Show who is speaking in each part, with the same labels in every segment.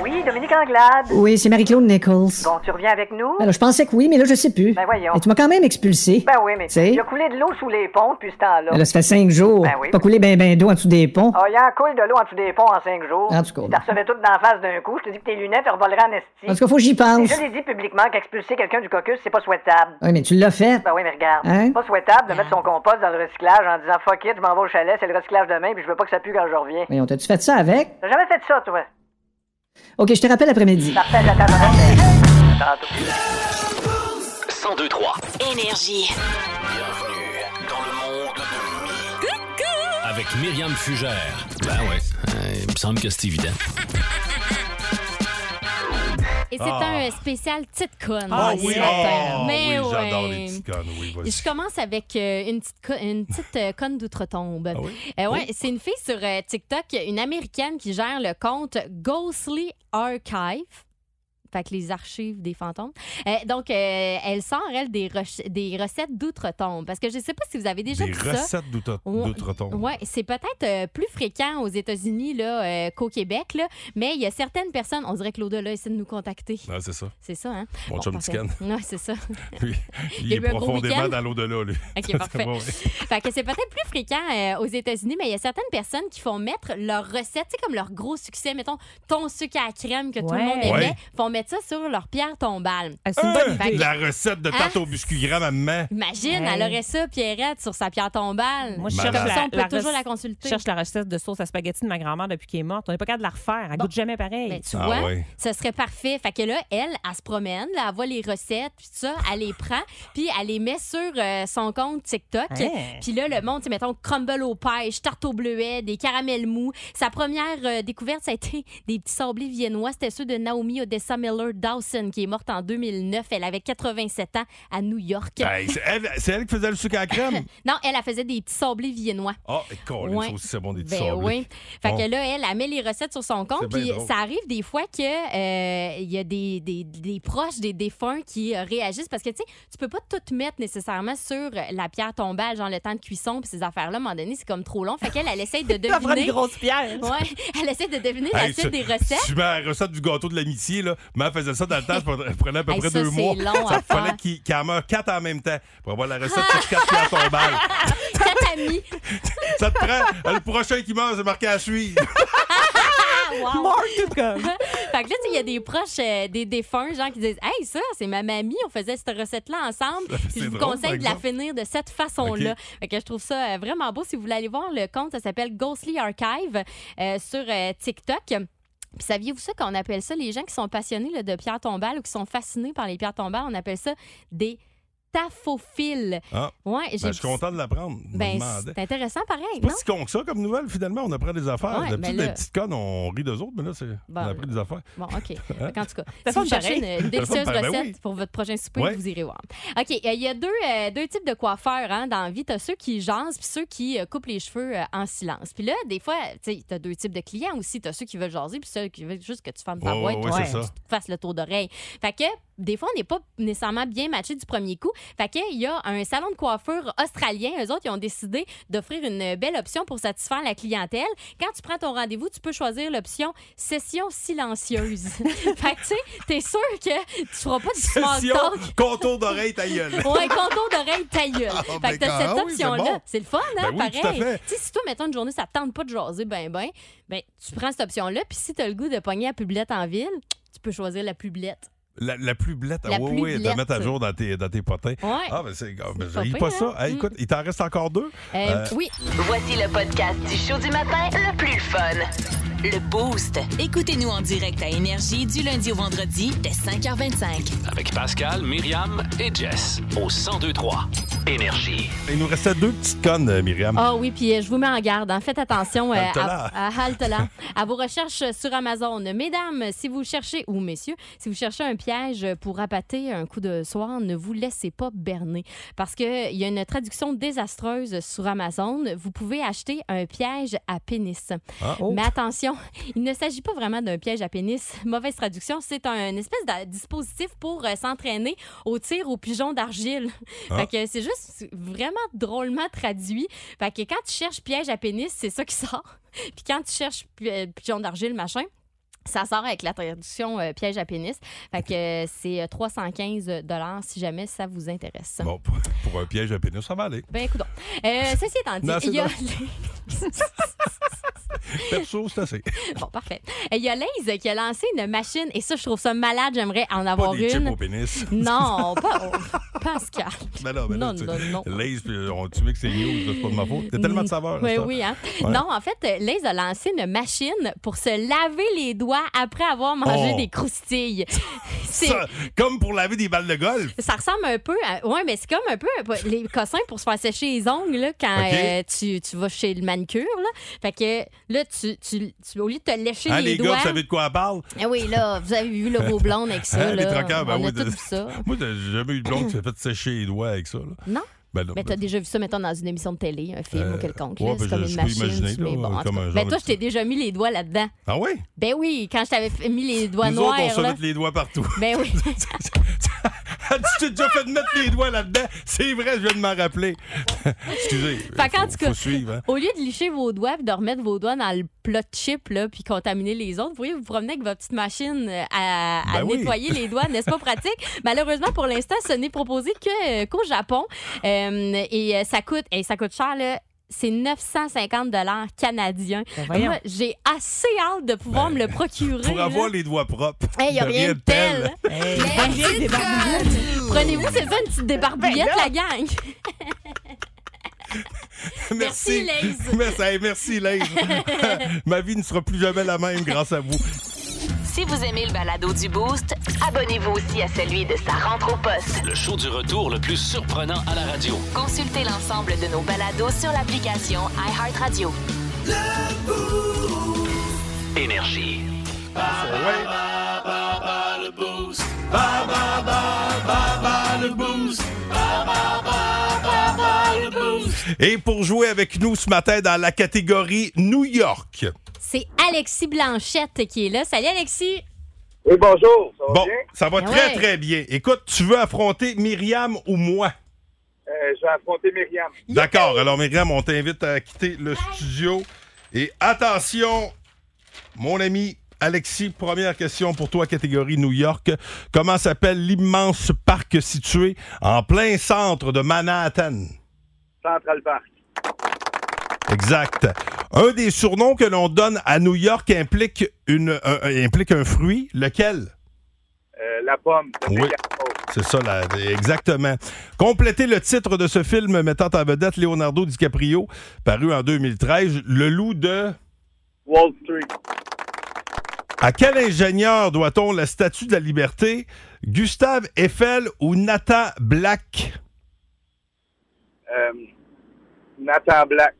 Speaker 1: Oui, Dominique Anglade.
Speaker 2: Oui, c'est Marie-Claude Nichols.
Speaker 1: Bon, tu reviens avec nous?
Speaker 2: Alors, je pensais que oui, mais là, je sais plus.
Speaker 1: Ben, voyons.
Speaker 2: Mais tu m'as quand même expulsé.
Speaker 1: Ben oui, mais
Speaker 2: Tu sais?
Speaker 1: il a coulé de l'eau sous les ponts depuis ce temps-là.
Speaker 2: Là, ça fait cinq jours.
Speaker 1: Ben oui.
Speaker 2: Pas coulé ben ben d'eau en dessous des ponts.
Speaker 1: Ah, il y en coule de l'eau en dessous des ponts en cinq jours.
Speaker 2: En tout cas.
Speaker 1: Tu t'en recevais tout d'en face d'un coup. Je te dis que tes lunettes revoleraient en esti.
Speaker 2: En tout cas, faut que j'y
Speaker 1: Et
Speaker 2: pense.
Speaker 1: je l'ai dit publiquement qu'expulser quelqu'un du caucus, c'est pas souhaitable.
Speaker 2: Oui, mais tu l'as fait.
Speaker 1: Ben oui, mais regarde,
Speaker 2: Hein?
Speaker 1: c'est pas souhaitable de mettre son compost dans le recyclage en disant fuck it, je m'en vais au chalet, c'est le recyclage demain, puis je veux pas que ça pue quand je reviens.
Speaker 2: Voyons, t'as-tu fait ça avec?
Speaker 1: T'as jamais fait ça, toi?
Speaker 2: OK, je te rappelle après-midi.
Speaker 1: Parfait, j'attends j'attends. Tantôt.
Speaker 3: 1023.
Speaker 4: Énergie.
Speaker 3: Bienvenue dans le monde de Avec Myriam Fugère. Ben ouais, euh, il me semble que c'est évident.
Speaker 5: Et c'est un spécial petite conne.
Speaker 6: Ah
Speaker 5: ce
Speaker 6: oui,
Speaker 5: matin.
Speaker 6: ah,
Speaker 5: Mais
Speaker 6: oui, j'adore
Speaker 5: ouais.
Speaker 6: les petites connes. Oui, vas-y.
Speaker 5: Et Je commence avec euh, une petite, co- une petite euh, conne d'outre-tombe.
Speaker 6: Ah oui?
Speaker 5: Euh, ouais, C'est une fille sur euh, TikTok, une Américaine qui gère le compte Ghostly Archive. Fait que les archives des fantômes. Euh, donc, euh, elle sort, elle, des, roche- des recettes d'outre-tombe. Parce que je sais pas si vous avez déjà
Speaker 6: Des
Speaker 5: vu ça.
Speaker 6: recettes d'outre-
Speaker 5: Ouais.
Speaker 6: d'outre-tombe.
Speaker 5: Oui, c'est peut-être euh, plus fréquent aux États-Unis là, euh, qu'au Québec, là, mais il y a certaines personnes, on dirait que l'au-delà essaie de nous contacter.
Speaker 6: Ah, c'est ça.
Speaker 5: C'est ça, hein?
Speaker 6: Mon chum Tican.
Speaker 5: Oui, c'est ça.
Speaker 6: Lui, il
Speaker 5: y a
Speaker 6: est
Speaker 5: eu un gros
Speaker 6: profondément
Speaker 5: Eh ben, week-end.
Speaker 6: dans l'au-delà, lui.
Speaker 5: OK, parfait.
Speaker 6: Ouais, ouais.
Speaker 5: Fait que c'est peut-être plus fréquent euh, aux États-Unis, mais il y a certaines personnes qui font mettre leurs recettes, tu sais, comme leur gros succès, mettons ton sucre à la crème que tout le
Speaker 7: Ouais.
Speaker 5: monde aimait,
Speaker 6: Ouais.
Speaker 5: font mettre ça sur leur pierre tombale.
Speaker 7: Ah, c'est une bonne
Speaker 5: Fait que-
Speaker 6: Hey, La recette de tarte
Speaker 5: Hein?
Speaker 6: au biscuit gras, maman.
Speaker 5: Imagine,
Speaker 7: Hey.
Speaker 5: elle aurait ça, Pierrette, sur sa pierre tombale.
Speaker 7: Moi, je
Speaker 6: Malade.
Speaker 7: cherche
Speaker 5: Comme
Speaker 7: la,
Speaker 5: ça, on peut
Speaker 7: la
Speaker 5: toujours
Speaker 7: rec-
Speaker 5: la consulter.
Speaker 7: je cherche la recette de sauce à spaghetti de ma grand-mère depuis qu'elle est morte. On n'est pas capable de la refaire. Elle
Speaker 5: Bon.
Speaker 7: goûte jamais pareil.
Speaker 5: Ben, tu
Speaker 6: Ah
Speaker 5: vois,
Speaker 6: ouais.
Speaker 5: ce serait parfait. Fait que là, elle, elle se promène, là, elle voit les recettes, puis tout ça, elle les prend, puis elle les met sur euh, son compte TikTok.
Speaker 7: Hein?
Speaker 5: Puis là, le monde, tu sais, mettons, crumble aux pêches, tarte au bleuet, des caramels mous. Sa première euh, découverte, ça a été des petits sablés viennois. C'était ceux de Naomi Odessa Miller Dawson, qui est morte en 2009. Elle avait 87 ans à New York.
Speaker 6: Hey, Ben, c'est elle, c'est elle qui faisait le sucre à la crème.
Speaker 5: Non, elle, elle faisait des petits sablés viennois.
Speaker 6: Ah, et colline,
Speaker 5: Ouais.
Speaker 6: ça aussi, c'est bon, des petits
Speaker 5: Ben
Speaker 6: sablés.
Speaker 5: oui. Fait
Speaker 6: Bon.
Speaker 5: que là, elle, elle met les recettes sur son
Speaker 6: C'est
Speaker 5: compte.
Speaker 6: bien
Speaker 5: Puis
Speaker 6: drôle.
Speaker 5: ça arrive des fois que euh, il y a des, des- des proches des défunts qui euh, réagissent parce que tu sais, tu peux pas tout mettre nécessairement sur la pierre tombale, genre le temps de cuisson puis ces affaires-là. À un moment donné, c'est comme trop long. Fait qu'elle, elle essaye de
Speaker 7: Elle prend une
Speaker 5: deviner.
Speaker 7: grosse pierre.
Speaker 5: Ouais, elle essaie de deviner la
Speaker 6: Hey,
Speaker 5: suite
Speaker 6: tu-
Speaker 5: des recettes.
Speaker 6: Tu mets la recette du gâteau de l'amitié, là. Mais elle faisait ça dans le temps, elle prenait à peu
Speaker 5: Hey,
Speaker 6: près
Speaker 5: ça,
Speaker 6: deux
Speaker 5: c'est
Speaker 6: mois.
Speaker 5: long hein, à
Speaker 6: ça fallait
Speaker 5: faire.
Speaker 6: qu'il- qu'elle meure quatre en même temps pour avoir la recette sur quatre pierres tombales.
Speaker 5: Tatami.
Speaker 6: Ça te prend. Le prochain qui meurt, c'est marqué à suivre.
Speaker 5: Ah, wow.
Speaker 7: Mark tout comme.
Speaker 5: Ben, Fait que là, tu sais, il y a des proches, euh, des défunts, gens qui disent Hey, ça, c'est ma mamie, on faisait cette recette-là ensemble.
Speaker 6: Ça, c'est
Speaker 5: Puis je vous
Speaker 6: drôle, par
Speaker 5: conseille de la
Speaker 6: exemple.
Speaker 5: finir de cette façon-là.
Speaker 6: Ok.
Speaker 5: Fait que je trouve ça euh, vraiment beau. Si vous voulez aller voir le compte, ça s'appelle Ghostly Archive euh, sur euh, TikTok. Puis saviez-vous ça qu'on appelle ça, les gens qui sont passionnés là, de pierres tombales ou qui sont fascinés par les pierres tombales, on appelle ça des taphophiles.
Speaker 6: Ah.
Speaker 5: Ouais, j'ai
Speaker 6: Ben, je suis content de l'apprendre. Je me
Speaker 5: Ben,
Speaker 6: demandais.
Speaker 5: c'est intéressant pareil,
Speaker 6: C'est
Speaker 5: non?
Speaker 6: pas si con que ça comme nouvelle, finalement. On apprend des affaires.
Speaker 5: Ouais,
Speaker 6: D'habitude,
Speaker 5: mais là- Bah,
Speaker 6: des petites connes, on rit d'eux autres, mais là, c'est...
Speaker 5: Bon,
Speaker 6: on a appris des affaires.
Speaker 5: Bon, OK.
Speaker 6: Hein?
Speaker 5: Fait qu'en tout cas,
Speaker 7: Ça
Speaker 5: si vous
Speaker 7: sonne pareil.
Speaker 5: cherchez une, une délicieuse
Speaker 6: Ben, ben
Speaker 5: recette
Speaker 6: oui.
Speaker 5: pour votre prochain souper,
Speaker 6: Ouais.
Speaker 5: vous irez voir. OK, euh, il y a deux, euh, deux types de coiffeurs hein, dans la vie. T'as ceux qui jasent puis ceux qui euh, coupent les cheveux euh, en silence. Puis là, des fois, tu sais, t'as deux types de clients aussi. T'as ceux qui veulent jaser puis ceux qui veulent juste que tu fermes ta
Speaker 6: Ouais,
Speaker 5: boîte
Speaker 6: ouais, ouais,
Speaker 5: puis
Speaker 6: c'est
Speaker 5: que
Speaker 6: ça.
Speaker 5: tu te fasses le tour d'oreille. Fait que des fois, on n'est pas nécessairement bien matché du premier coup. Fait que il y a un salon de coiffure australien. Eux autres, ils ont décidé d'offrir une belle option pour satisfaire la clientèle. Quand tu prends ton rendez-vous, tu peux choisir l'option session silencieuse. fait que, tu sais, t'es sûr que tu feras pas du small
Speaker 6: Session,
Speaker 5: talk.
Speaker 6: contour d'oreille, ta gueule.
Speaker 5: Ouais, contour d'oreille ta gueule. fait que
Speaker 6: ben,
Speaker 5: t'as cette
Speaker 6: ah oui, c'est
Speaker 5: option-là.
Speaker 6: bon.
Speaker 5: C'est le fun, hein,
Speaker 6: Ben oui,
Speaker 5: pareil.
Speaker 6: tout à fait.
Speaker 5: Tu sais, si toi, mettons, une journée, ça te tente pas de jaser, ben, ben, ben, tu prends cette option-là. Puis si t'as le goût de pogner la publette en ville, tu peux choisir la publette.
Speaker 6: La, la plus blette,
Speaker 5: La
Speaker 6: ah, ouais,
Speaker 5: plus
Speaker 6: ouais, de la
Speaker 5: blette.
Speaker 6: mettre à jour dans tes, dans tes potins.
Speaker 5: Ouais.
Speaker 6: Ah, ben c'est. ah, ben,
Speaker 5: pas
Speaker 6: j'ai
Speaker 5: pire,
Speaker 6: pas ça.
Speaker 5: hein?
Speaker 6: Hey, écoute, il t'en reste encore deux.
Speaker 5: Euh,
Speaker 6: Euh,
Speaker 5: Oui,
Speaker 4: Voici le podcast du show du matin le plus fun.
Speaker 8: Le Boost. Écoutez-nous en direct à Énergie du lundi au vendredi dès 5h25.
Speaker 3: Avec Pascal, Myriam et Jess. Au 1023. Énergie.
Speaker 6: Il nous restait deux petites connes, euh, Myriam.
Speaker 5: Ah oui, puis euh, je vous mets en garde. hein. Faites attention euh,
Speaker 6: Halte-là.
Speaker 5: à, à- halte-là, à vos recherches sur Amazon. Mesdames, si vous cherchez, ou messieurs, si vous cherchez un piège pour abattre un coup de soir, ne vous laissez pas berner. Parce qu'il y a une traduction désastreuse sur Amazon. Vous pouvez acheter un piège à pénis.
Speaker 6: Ah.
Speaker 5: Mais attention, il ne s'agit pas vraiment d'un piège à pénis. Mauvaise traduction, c'est un une espèce de dispositif pour euh, s'entraîner au tir au pigeon d'argile.
Speaker 6: Ah.
Speaker 5: Fait que c'est juste vraiment drôlement traduit. Fait que quand tu cherches piège à pénis, c'est ça qui sort. Puis quand tu cherches pi- euh, pigeon d'argile, machin, ça sort avec la traduction euh, piège à pénis. Fait que euh, c'est euh, 315 si jamais ça vous intéresse.
Speaker 6: Bon, pour, pour un piège à pénis, ça va aller.
Speaker 5: Ben, écoute. Euh, ceci étant dit,
Speaker 6: Non, c'est
Speaker 5: il y a.
Speaker 6: drôle. Perso, c'est assez.
Speaker 5: Bon, parfait. Et Il y a Laze qui a lancé une machine, et ça, je trouve ça malade. J'aimerais en
Speaker 6: Pas
Speaker 5: avoir
Speaker 6: des chips
Speaker 5: une.
Speaker 6: au pénis.
Speaker 5: Non, pas Pascal.
Speaker 6: Ben là, ben là,
Speaker 5: Non,
Speaker 6: tu-
Speaker 5: non, non. Mm.
Speaker 6: Lays, puis euh, on, tu mets que c'est news, là, c'est pas de ma faute. T'as tellement de saveurs.
Speaker 5: Oui,
Speaker 6: là, Oh, ça.
Speaker 5: oui, hein?
Speaker 6: Ouais.
Speaker 5: Non, en fait, euh, Lays a lancé une machine pour se laver les doigts après avoir mangé
Speaker 6: Oh.
Speaker 5: des croustilles. C'est-
Speaker 6: Ça, comme pour laver des balles de golf.
Speaker 5: Ça ressemble un peu à. Ouais, mais c'est comme un peu un- les cossins pour se faire sécher les ongles là, quand
Speaker 6: OK.
Speaker 5: euh, tu, tu vas chez le manicure. Là. Fait que là, tu, tu, tu- au lieu de te lécher
Speaker 6: Hein,
Speaker 5: les,
Speaker 6: les gars,
Speaker 5: doigts.
Speaker 6: vous savez de quoi elle parle?
Speaker 5: Eh oui, là, vous avez vu le beau blonde avec ça.
Speaker 6: Hein, les
Speaker 5: là.
Speaker 6: troqueurs, ben
Speaker 5: On a
Speaker 6: oui.
Speaker 5: tout
Speaker 6: de-
Speaker 5: vu ça.
Speaker 6: Moi, j'ai jamais eu de blonde qui s'est fait sécher les doigts avec ça. là.
Speaker 5: Non?
Speaker 6: Ben non.
Speaker 5: Mais t'as déjà vu ça, mettons, dans une émission de télé, un film
Speaker 6: Euh,
Speaker 5: ou quelconque.
Speaker 6: ouais,
Speaker 5: là,
Speaker 6: ben,
Speaker 5: c'est comme
Speaker 6: je-
Speaker 5: une
Speaker 6: je peux
Speaker 5: machine.
Speaker 6: imaginer,
Speaker 5: tu mets-
Speaker 6: là,
Speaker 5: bon, en tout
Speaker 6: comme
Speaker 5: cas.
Speaker 6: un genre
Speaker 5: Ben,
Speaker 6: de
Speaker 5: toi, je t'ai
Speaker 6: petit-
Speaker 5: déjà mis les doigts là-dedans.
Speaker 6: Ah oui?
Speaker 5: Ben oui, quand je t'avais fait- mis les doigts
Speaker 6: Nous
Speaker 5: noirs.
Speaker 6: autres, on se
Speaker 5: là.
Speaker 6: met les doigts partout.
Speaker 5: Ben oui.
Speaker 6: tu t'es déjà fait mettre les doigts là-dedans? C'est vrai, je viens de m'en rappeler. Excusez.
Speaker 5: Fait qu'en
Speaker 6: faut,
Speaker 5: tout cas-
Speaker 6: faut suivre. hein.
Speaker 5: Au lieu de licher vos doigts puis de remettre vos doigts dans le plat de chip là, puis contaminer les autres, vous pourriez vous promener avec votre petite machine euh, à, à
Speaker 6: Ben oui.
Speaker 5: nettoyer les doigts, n'est-ce pas pratique? Malheureusement, pour l'instant, ce n'est proposé que, euh, qu'au Japon. Euh, et euh, ça coûte, et ça coûte cher, là. C'est 950 dollars canadiens.
Speaker 7: Ben voyons.
Speaker 5: Moi, j'ai assez hâte de pouvoir me le procurer.
Speaker 6: Ben, Pour
Speaker 5: là.
Speaker 6: avoir les doigts propres.
Speaker 5: Hey, y a rien de tel.
Speaker 7: Hey.
Speaker 5: Prenez-vous, c'est ça, une petite débarbouillette, la gang. Merci, Lays.
Speaker 6: Merci, hey, merci, Lays. Ma vie ne sera plus jamais la même grâce à vous.
Speaker 8: Si vous aimez le balado du Boost,
Speaker 4: Abonnez-vous aussi à celui de sa rentre au poste.
Speaker 3: Le show du retour le plus surprenant à la radio.
Speaker 8: consultez l'ensemble de nos balados sur l'application iHeartRadio.
Speaker 3: Énergie.
Speaker 6: Et pour jouer avec nous ce matin dans la catégorie New York.
Speaker 5: C'est Alexis Blanchette qui est là. Salut, Alexis.
Speaker 9: Oui, bonjour, ça va
Speaker 6: Bon,
Speaker 9: bien?
Speaker 6: ça va
Speaker 5: Ben
Speaker 6: très,
Speaker 5: ouais.
Speaker 6: très bien. Écoute, tu veux affronter Myriam ou moi?
Speaker 9: Euh, je vais affronter Myriam.
Speaker 6: D'accord. Alors, Myriam, on t'invite à quitter le studio. Et attention, mon ami Alexis, première question pour toi, catégorie New York. Comment s'appelle l'immense parc situé en plein centre de Manhattan?
Speaker 9: Central Park.
Speaker 6: Exact. Un des surnoms que l'on donne à New York implique, une, un- un- implique un fruit. Lequel?
Speaker 9: Euh, la pomme.
Speaker 6: Oui. C'est ça, là, exactement. Complétez le titre de ce film mettant en vedette Leonardo DiCaprio, paru en 2013, Le loup de...
Speaker 9: Wall Street.
Speaker 6: À quel ingénieur doit-on la Statue de la Liberté? Gustave Eiffel ou Nathan Black?
Speaker 9: Euh, Nathan Black.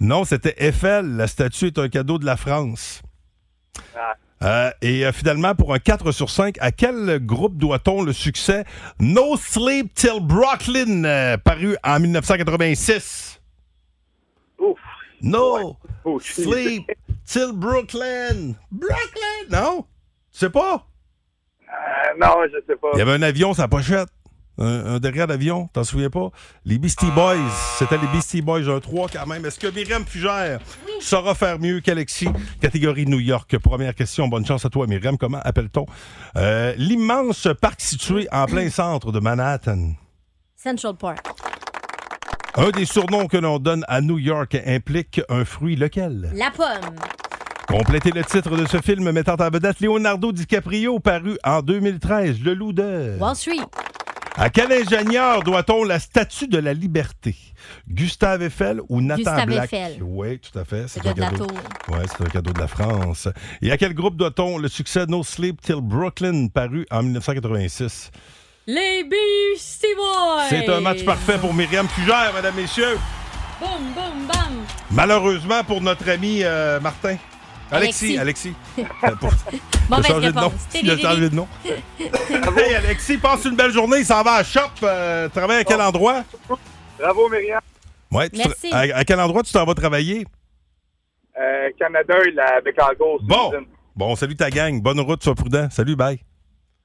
Speaker 6: Non, c'était Eiffel. La statue est un cadeau de la France.
Speaker 9: Ah.
Speaker 6: Euh, et euh, finalement, pour un 4 sur 5, à quel groupe doit-on le succès No Sleep Till Brooklyn, euh, paru en 1986?
Speaker 9: Ouf. oh,
Speaker 6: No
Speaker 9: Ouh,
Speaker 6: Sleep Till Brooklyn. Brooklyn, non? Tu sais pas?
Speaker 9: Euh, non, je sais pas.
Speaker 6: Il y avait un avion, sa pochette. Un, un derrière l'avion, t'en souviens pas? Les Beastie Boys, c'était les Beastie Boys, un 3 quand même. Est-ce que Myriam Fugère saura faire mieux qu'Alexis? Catégorie New York. Première question, bonne chance à toi, Myriam. Comment appelle-t-on euh, l'immense parc situé en plein centre de Manhattan?
Speaker 5: Central Park.
Speaker 6: Un des surnoms que l'on donne à New York implique un fruit lequel?
Speaker 5: La pomme.
Speaker 6: Euh. Complétez le titre de ce film mettant en vedette Leonardo DiCaprio, paru en 2013, Le Loup de...
Speaker 5: Wall Street.
Speaker 6: À quel ingénieur doit-on la statue de la liberté? Gustave Eiffel ou Nathan
Speaker 5: Gustave
Speaker 6: Black?
Speaker 5: Eiffel.
Speaker 6: Oui, tout à fait.
Speaker 5: C'est le gâteau.
Speaker 6: Ouais, c'est un cadeau de la France. Et à quel groupe doit-on le succès No Sleep Till Brooklyn, paru en 1986?
Speaker 5: Les Beastie Boys!
Speaker 6: C'est un match parfait pour Myriam Fugère, mesdames, messieurs.
Speaker 5: Boum, boum, bam!
Speaker 6: Malheureusement pour notre ami euh, Martin. Alexis, Alexis. Euh, pour- Il a
Speaker 5: Mauvaise
Speaker 6: changé de nom.
Speaker 5: réponse.
Speaker 6: Il a changé de nom. hey, Alexis, passe une belle journée. Il s'en va à Shop. euh, travaille à quel endroit?
Speaker 9: Bravo, Myriam.
Speaker 6: Ouais, tu tra-
Speaker 5: Merci.
Speaker 6: à, à quel endroit tu t'en vas travailler?
Speaker 9: Euh, Canada, la Bécango.
Speaker 6: Bon.
Speaker 9: Susan.
Speaker 6: Bon, salut ta gang. Bonne route, sois prudent. Salut, bye.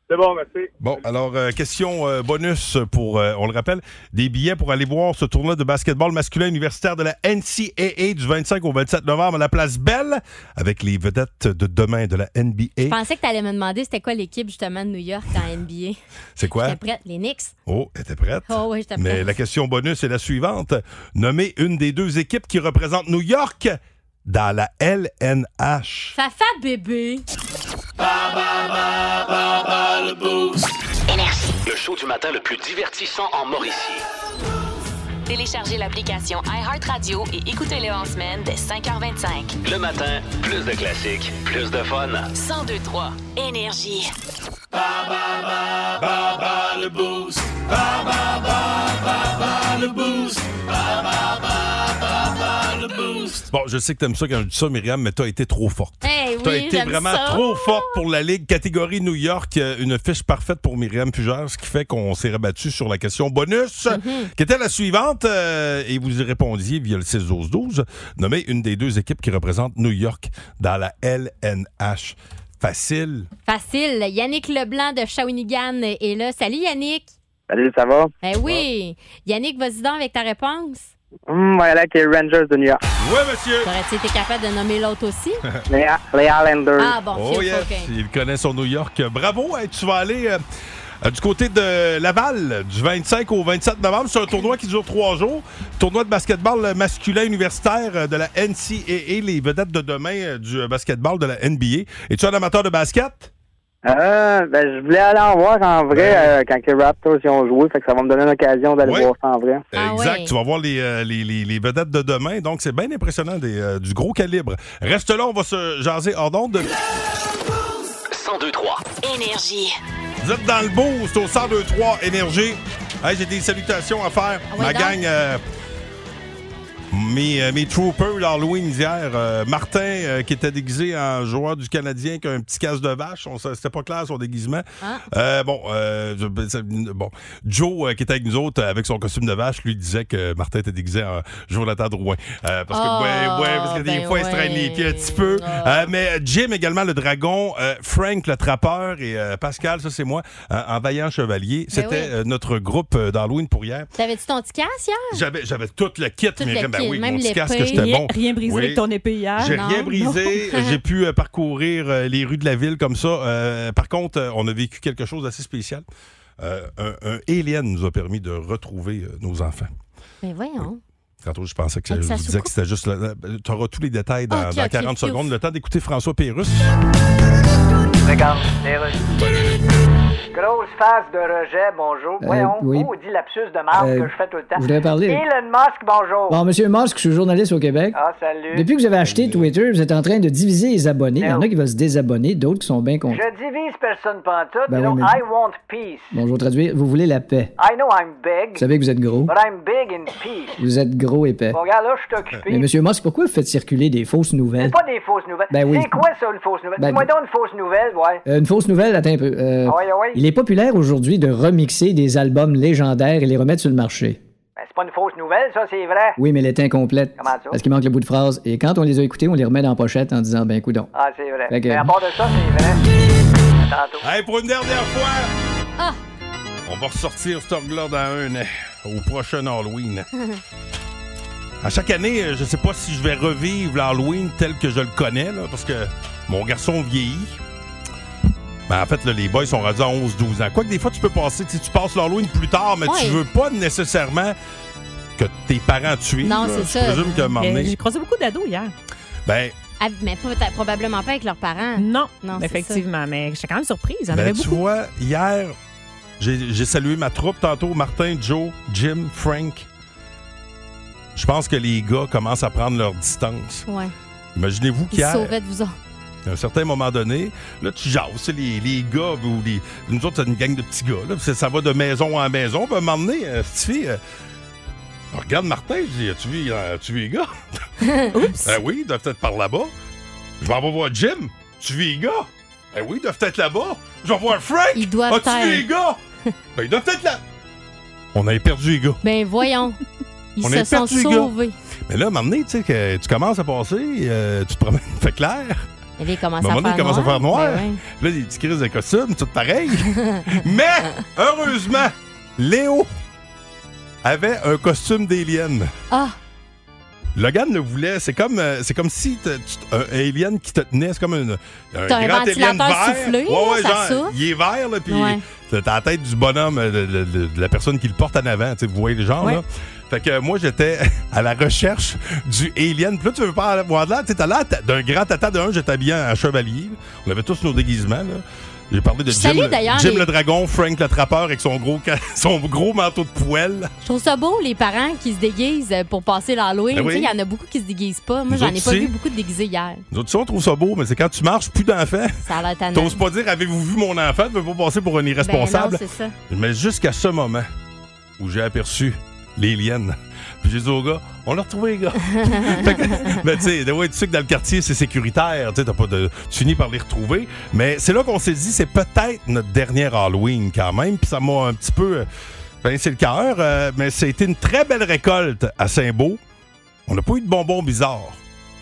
Speaker 9: C'est bon, merci.
Speaker 6: Bon, alors, euh, question euh, bonus pour, euh, on le rappelle, des billets pour aller voir ce tournoi de basketball masculin universitaire de la NCAA du 25 au 27 novembre à la place Belle avec les vedettes de demain de la
Speaker 5: Je
Speaker 6: NBA.
Speaker 5: pensais que t'allais me demander c'était quoi l'équipe justement de New York dans
Speaker 6: Hein?
Speaker 5: NBA.
Speaker 6: C'est quoi?
Speaker 5: T'es prête? Les Knicks?
Speaker 6: Oh, t'es prête?
Speaker 5: Oh oui, j'étais
Speaker 6: Mais
Speaker 5: prête.
Speaker 6: la question bonus est la suivante. Nommez une des deux équipes qui représente New York dans la LNH.
Speaker 5: Fafa bébé!
Speaker 3: Le show du matin le plus divertissant en Mauricie.
Speaker 8: Téléchargez l'application iHeartRadio et écoutez-le en semaine dès 5h25.
Speaker 3: Le matin, plus de classiques, plus de fun.
Speaker 8: 1023 Énergie.
Speaker 6: Bon, je sais que t'aimes ça quand je dis ça, Myriam, mais t'as été trop forte.
Speaker 5: Hey,
Speaker 6: T'as
Speaker 5: oui,
Speaker 6: été
Speaker 5: j'aime
Speaker 6: vraiment
Speaker 5: ça.
Speaker 6: trop forte pour la Ligue catégorie New York. Euh, Une fiche parfaite pour Myriam Fugère, ce qui fait qu'on s'est rabattu sur la question bonus,
Speaker 5: Mm-hmm.
Speaker 6: qui était la suivante. euh, et vous y répondiez via le 6-12-12. Nommez une des deux équipes qui représente New York dans la LNH. Facile.
Speaker 5: Facile. Yannick Leblanc de Shawinigan est là. Salut Yannick!
Speaker 10: Salut, ça va?
Speaker 5: Ben oui! Yannick, vas-y donc avec ta réponse.
Speaker 10: Hum, voilà avec les Rangers de New York.
Speaker 6: Oui, monsieur.
Speaker 5: T'aurais-tu été capable de nommer l'autre aussi?
Speaker 10: Les, les Islanders.
Speaker 5: Ah bon,
Speaker 6: Oh
Speaker 5: feel
Speaker 6: yes,
Speaker 5: fucking.
Speaker 6: il connaît son New York. Bravo, Hey, tu vas aller euh, euh, du côté de Laval du 25 au 27 novembre. C'est un tournoi qui dure trois jours. Tournoi de basketball masculin universitaire euh, de la NCAA, les vedettes de demain euh, du euh, basketball de la NBA. Es-tu un amateur de basket?
Speaker 10: Euh, ben, je voulais aller en voir en vrai
Speaker 6: Ben
Speaker 10: euh, quand les Raptors y ont joué. Fait que ça va me donner l'occasion d'aller
Speaker 6: Oui.
Speaker 10: voir ça en vrai.
Speaker 5: Ah
Speaker 6: exact,
Speaker 5: ouais.
Speaker 6: tu vas voir les, euh, les, les- les vedettes de demain. Donc, c'est bien impressionnant, des, euh, du gros calibre. Reste là, on va se jaser hors d'onde.
Speaker 3: 1023.
Speaker 8: Énergie.
Speaker 6: Vous êtes dans le boost au 1023 Énergie. Hey, J'ai des salutations à faire.
Speaker 5: Ah ouais,
Speaker 6: Ma
Speaker 5: donc?
Speaker 6: gang, euh, mes, euh, mes troopers l'Halloween d'hier. euh, Martin, euh, qui était déguisé en joueur du Canadien, qui a un petit casse de vache. On sa- C'était pas clair son déguisement.
Speaker 5: Ah.
Speaker 6: Euh, bon, euh, je- ça- bon, Joe, euh, qui était avec nous autres, euh, avec son costume de vache, lui disait que Martin était déguisé en Jonathan Drouin. Euh, parce que,
Speaker 5: Ah,
Speaker 6: ouais, ouais, parce que des
Speaker 5: ben
Speaker 6: fois, il se traîne les
Speaker 5: ouais.
Speaker 6: pieds un petit peu.
Speaker 5: Ah.
Speaker 6: Euh, mais Jim également, le dragon, euh, Frank le trappeur et euh, Pascal, ça c'est moi, euh, en vaillant chevalier.
Speaker 5: Ben
Speaker 6: C'était
Speaker 5: oui.
Speaker 6: euh, notre groupe euh, d'Halloween pour hier.
Speaker 5: T'avais-tu ton petit casque hier?
Speaker 6: J'avais, j'avais tout le kit,
Speaker 5: le
Speaker 6: mais ben
Speaker 5: kit,
Speaker 6: oui,
Speaker 5: même
Speaker 6: mon petit
Speaker 5: l'épée.
Speaker 6: casque, j'étais
Speaker 7: rien,
Speaker 6: bon.
Speaker 7: rien brisé
Speaker 6: Oui.
Speaker 7: avec ton épée hier.
Speaker 6: J'ai
Speaker 5: Ah, non,
Speaker 6: rien
Speaker 5: non.
Speaker 6: brisé, j'ai pu euh, parcourir euh, les rues de la ville comme ça. Euh, par contre, euh, on a vécu quelque chose d'assez spécial. Euh, un, un alien nous a permis de retrouver euh, nos enfants.
Speaker 5: Ben voyons.
Speaker 6: Quand je pensais que,
Speaker 5: Avec
Speaker 6: je
Speaker 5: sa
Speaker 6: vous disais
Speaker 5: soucoupe.
Speaker 6: que c'était juste. Tu auras tous les détails dans,
Speaker 5: Ok,
Speaker 6: dans
Speaker 5: ok,
Speaker 6: 40
Speaker 5: ok.
Speaker 6: secondes. Le temps d'écouter François Pérusse.
Speaker 1: Regarde, les Grosse phase de rejet, bonjour.
Speaker 2: Euh,
Speaker 1: Voyons,
Speaker 2: oui.
Speaker 1: oh, dit lapsus de marque
Speaker 2: Euh,
Speaker 1: que je fais tout le temps.
Speaker 2: je voulais parler.
Speaker 1: Elon Musk, bonjour.
Speaker 2: Bon, Monsieur Musk, je suis journaliste au Québec.
Speaker 1: Ah, salut.
Speaker 2: Depuis que vous avez acheté Twitter, vous êtes en train de diviser les abonnés. Il y en a qui veulent se désabonner, d'autres qui sont bien contents.
Speaker 1: Ben Je divise personne pantoute,
Speaker 2: Ben
Speaker 1: you know,
Speaker 2: oui, mais-
Speaker 1: I want peace.
Speaker 2: Bon, je vais traduire. Vous voulez la paix.
Speaker 1: I know I'm big,
Speaker 2: Vous savez que vous êtes gros.
Speaker 1: but I'm big in peace.
Speaker 2: Vous êtes gros et paix.
Speaker 1: Bon, regarde, là, je suis occupé.
Speaker 2: Mais Monsieur Musk, pourquoi vous faites circuler des fausses
Speaker 1: C'est
Speaker 2: nouvelles?
Speaker 1: pas des fausses nouvelles.
Speaker 2: Ben oui.
Speaker 1: C'est quoi ça, une fausse nouvelle?
Speaker 2: Ben-
Speaker 1: Dis-moi donc une fausse nouvelle, ouais.
Speaker 2: Euh, une fausse nouvelle, attends un peu. Euh,
Speaker 1: Ah ouais, ah ouais.
Speaker 2: Il est populaire aujourd'hui de remixer des albums légendaires et les remettre sur le marché.
Speaker 1: Ben, c'est pas une fausse nouvelle, ça, c'est vrai.
Speaker 2: Oui, mais elle est incomplète.
Speaker 1: Comment ça?
Speaker 2: Parce qu'il manque le bout de phrase. Et quand on les a écoutés, on les remet dans la pochette en disant, ben, coudon.
Speaker 1: Ah, c'est vrai.
Speaker 2: Fait que-
Speaker 1: Mais à part de ça, c'est vrai. À tantôt.
Speaker 6: Hey, pour une dernière fois!
Speaker 5: Ah.
Speaker 6: On va ressortir cet orgue-là dans un an, au prochain Halloween. à chaque année, euh, je sais pas si je vais revivre l'Halloween tel que je le connais, là, parce que mon garçon vieillit. Ben, en fait, là, les boys sont rendus à 11-12 ans. Quoique des fois, tu peux passer, tu sais, tu passes l'Halloween plus tard, mais tu
Speaker 5: Ouais.
Speaker 6: veux pas nécessairement que tes parents tuent.
Speaker 5: Non,
Speaker 6: là.
Speaker 5: c'est ça.
Speaker 6: Je présume qu'à un moment
Speaker 7: Mais
Speaker 6: donné,
Speaker 7: Euh, J'ai croisé beaucoup d'ados hier.
Speaker 6: ben,
Speaker 5: Ah, mais peut- probablement pas avec leurs parents.
Speaker 7: Non,
Speaker 5: Ah. Non, c'est
Speaker 7: effectivement, mais j'étais quand même surprise. Il y en
Speaker 6: Ben,
Speaker 7: avait
Speaker 6: tu
Speaker 7: beaucoup.
Speaker 6: vois, hier, j'ai j'ai salué ma troupe tantôt, Martin, Joe, Jim, Frank. Je pense que les gars commencent à prendre leur distance.
Speaker 5: Ouais.
Speaker 6: Imaginez-vous
Speaker 5: Ils
Speaker 6: qu'hier,
Speaker 5: sauraient de vous autres.
Speaker 6: À un certain moment donné, là, tu jases, c'est les, les gars, ou les, nous autres, c'est une gang de petits gars, là, puis ça- ça va de maison en maison, puis à un moment donné, euh, cette fille, euh, regarde Martin, je dis, as-tu vu, euh, as-tu vu les gars?
Speaker 5: Oups.
Speaker 6: Eh oui, ils doivent être par là-bas. Je m'en vais voir Jim. Tu vis les gars? Eh oui, ils doivent être là-bas. Je vais voir Frank.
Speaker 5: Ils doivent
Speaker 6: As-tu vu
Speaker 5: être.
Speaker 6: les gars? ben, ils doivent être là. On avait perdu les gars.
Speaker 5: Ben voyons. Ils
Speaker 6: On
Speaker 5: se
Speaker 6: est
Speaker 5: sont
Speaker 6: perdu, les gars.
Speaker 5: sauvés.
Speaker 6: Mais là, à un moment donné, tu sais, que tu commences à passer, euh, tu te promènes, fait clair.
Speaker 5: Eh bien, il
Speaker 6: À un
Speaker 5: commence à
Speaker 6: moment donné, il
Speaker 5: faire
Speaker 6: commence à faire noir.
Speaker 5: Ben
Speaker 6: Là, des petites crises de costume, tout pareil. Mais, heureusement, Léo avait un costume d'alien.
Speaker 5: ouais. Ah,
Speaker 6: Logan le voulait. C'est comme, euh, c'est comme si t'as- tu- un alien qui te tenait. C'est comme une, un
Speaker 5: T'as un
Speaker 6: grand alien
Speaker 5: ventilateur
Speaker 6: vert.
Speaker 5: soufflé,
Speaker 6: ouais,
Speaker 5: là,
Speaker 6: ouais,
Speaker 5: ça
Speaker 6: genre,
Speaker 5: souffle.
Speaker 6: il est vert, là, puis
Speaker 5: Ouais.
Speaker 6: t'as t'as la tête du bonhomme, euh, de, de- de- de la personne qui le porte en avant. tu sais, Vous voyez le genre,
Speaker 7: Ouais.
Speaker 6: là? Fait que euh, moi, j'étais à la recherche du alien. Puis là, tu veux pas avoir de l'air. Tu sais, t'as l'air t- d'un grand tata. D'un, j'étais habillé en chevalier. On avait tous nos déguisements, là. J'ai parlé de
Speaker 5: Je
Speaker 6: Jim,
Speaker 5: salue
Speaker 6: le-
Speaker 5: d'ailleurs
Speaker 6: Jim
Speaker 5: les-
Speaker 6: le dragon, Frank le trappeur avec son gros, ca- son gros manteau de poêle.
Speaker 5: je trouve ça beau, les parents qui se déguisent pour passer l'Halloween.
Speaker 6: Ben oui.
Speaker 5: Tu sais, Il y en a beaucoup qui se déguisent pas. Moi,
Speaker 6: Nous
Speaker 5: j'en ai
Speaker 6: autres
Speaker 5: pas
Speaker 6: aussi.
Speaker 5: vu beaucoup de déguisés hier.
Speaker 6: Nous autres, ça, on trouve ça beau, mais c'est quand tu marches plus d'enfants.
Speaker 5: Ça a l'air tannant.
Speaker 6: T'oses pas dire avez-vous vu mon enfant, tu veux pas passer pour un irresponsable.
Speaker 5: Ben non, c'est ça.
Speaker 6: Mais jusqu'à ce moment où j'ai aperçu les liens. Puis j'ai dit aux gars, on l'a retrouvé les gars. Fait que- mais tu sais, ouais, tu sais que dans le quartier, c'est sécuritaire, tu sais, t'as pas de. Tu finis par les retrouver. Mais c'est là qu'on s'est dit, c'est peut-être notre dernière Halloween quand même. Puis ça m'a un petit peu euh, pincé le cœur. euh, mais ça a été une très belle récolte à Saint-Beau. On n'a pas eu de bonbons bizarres.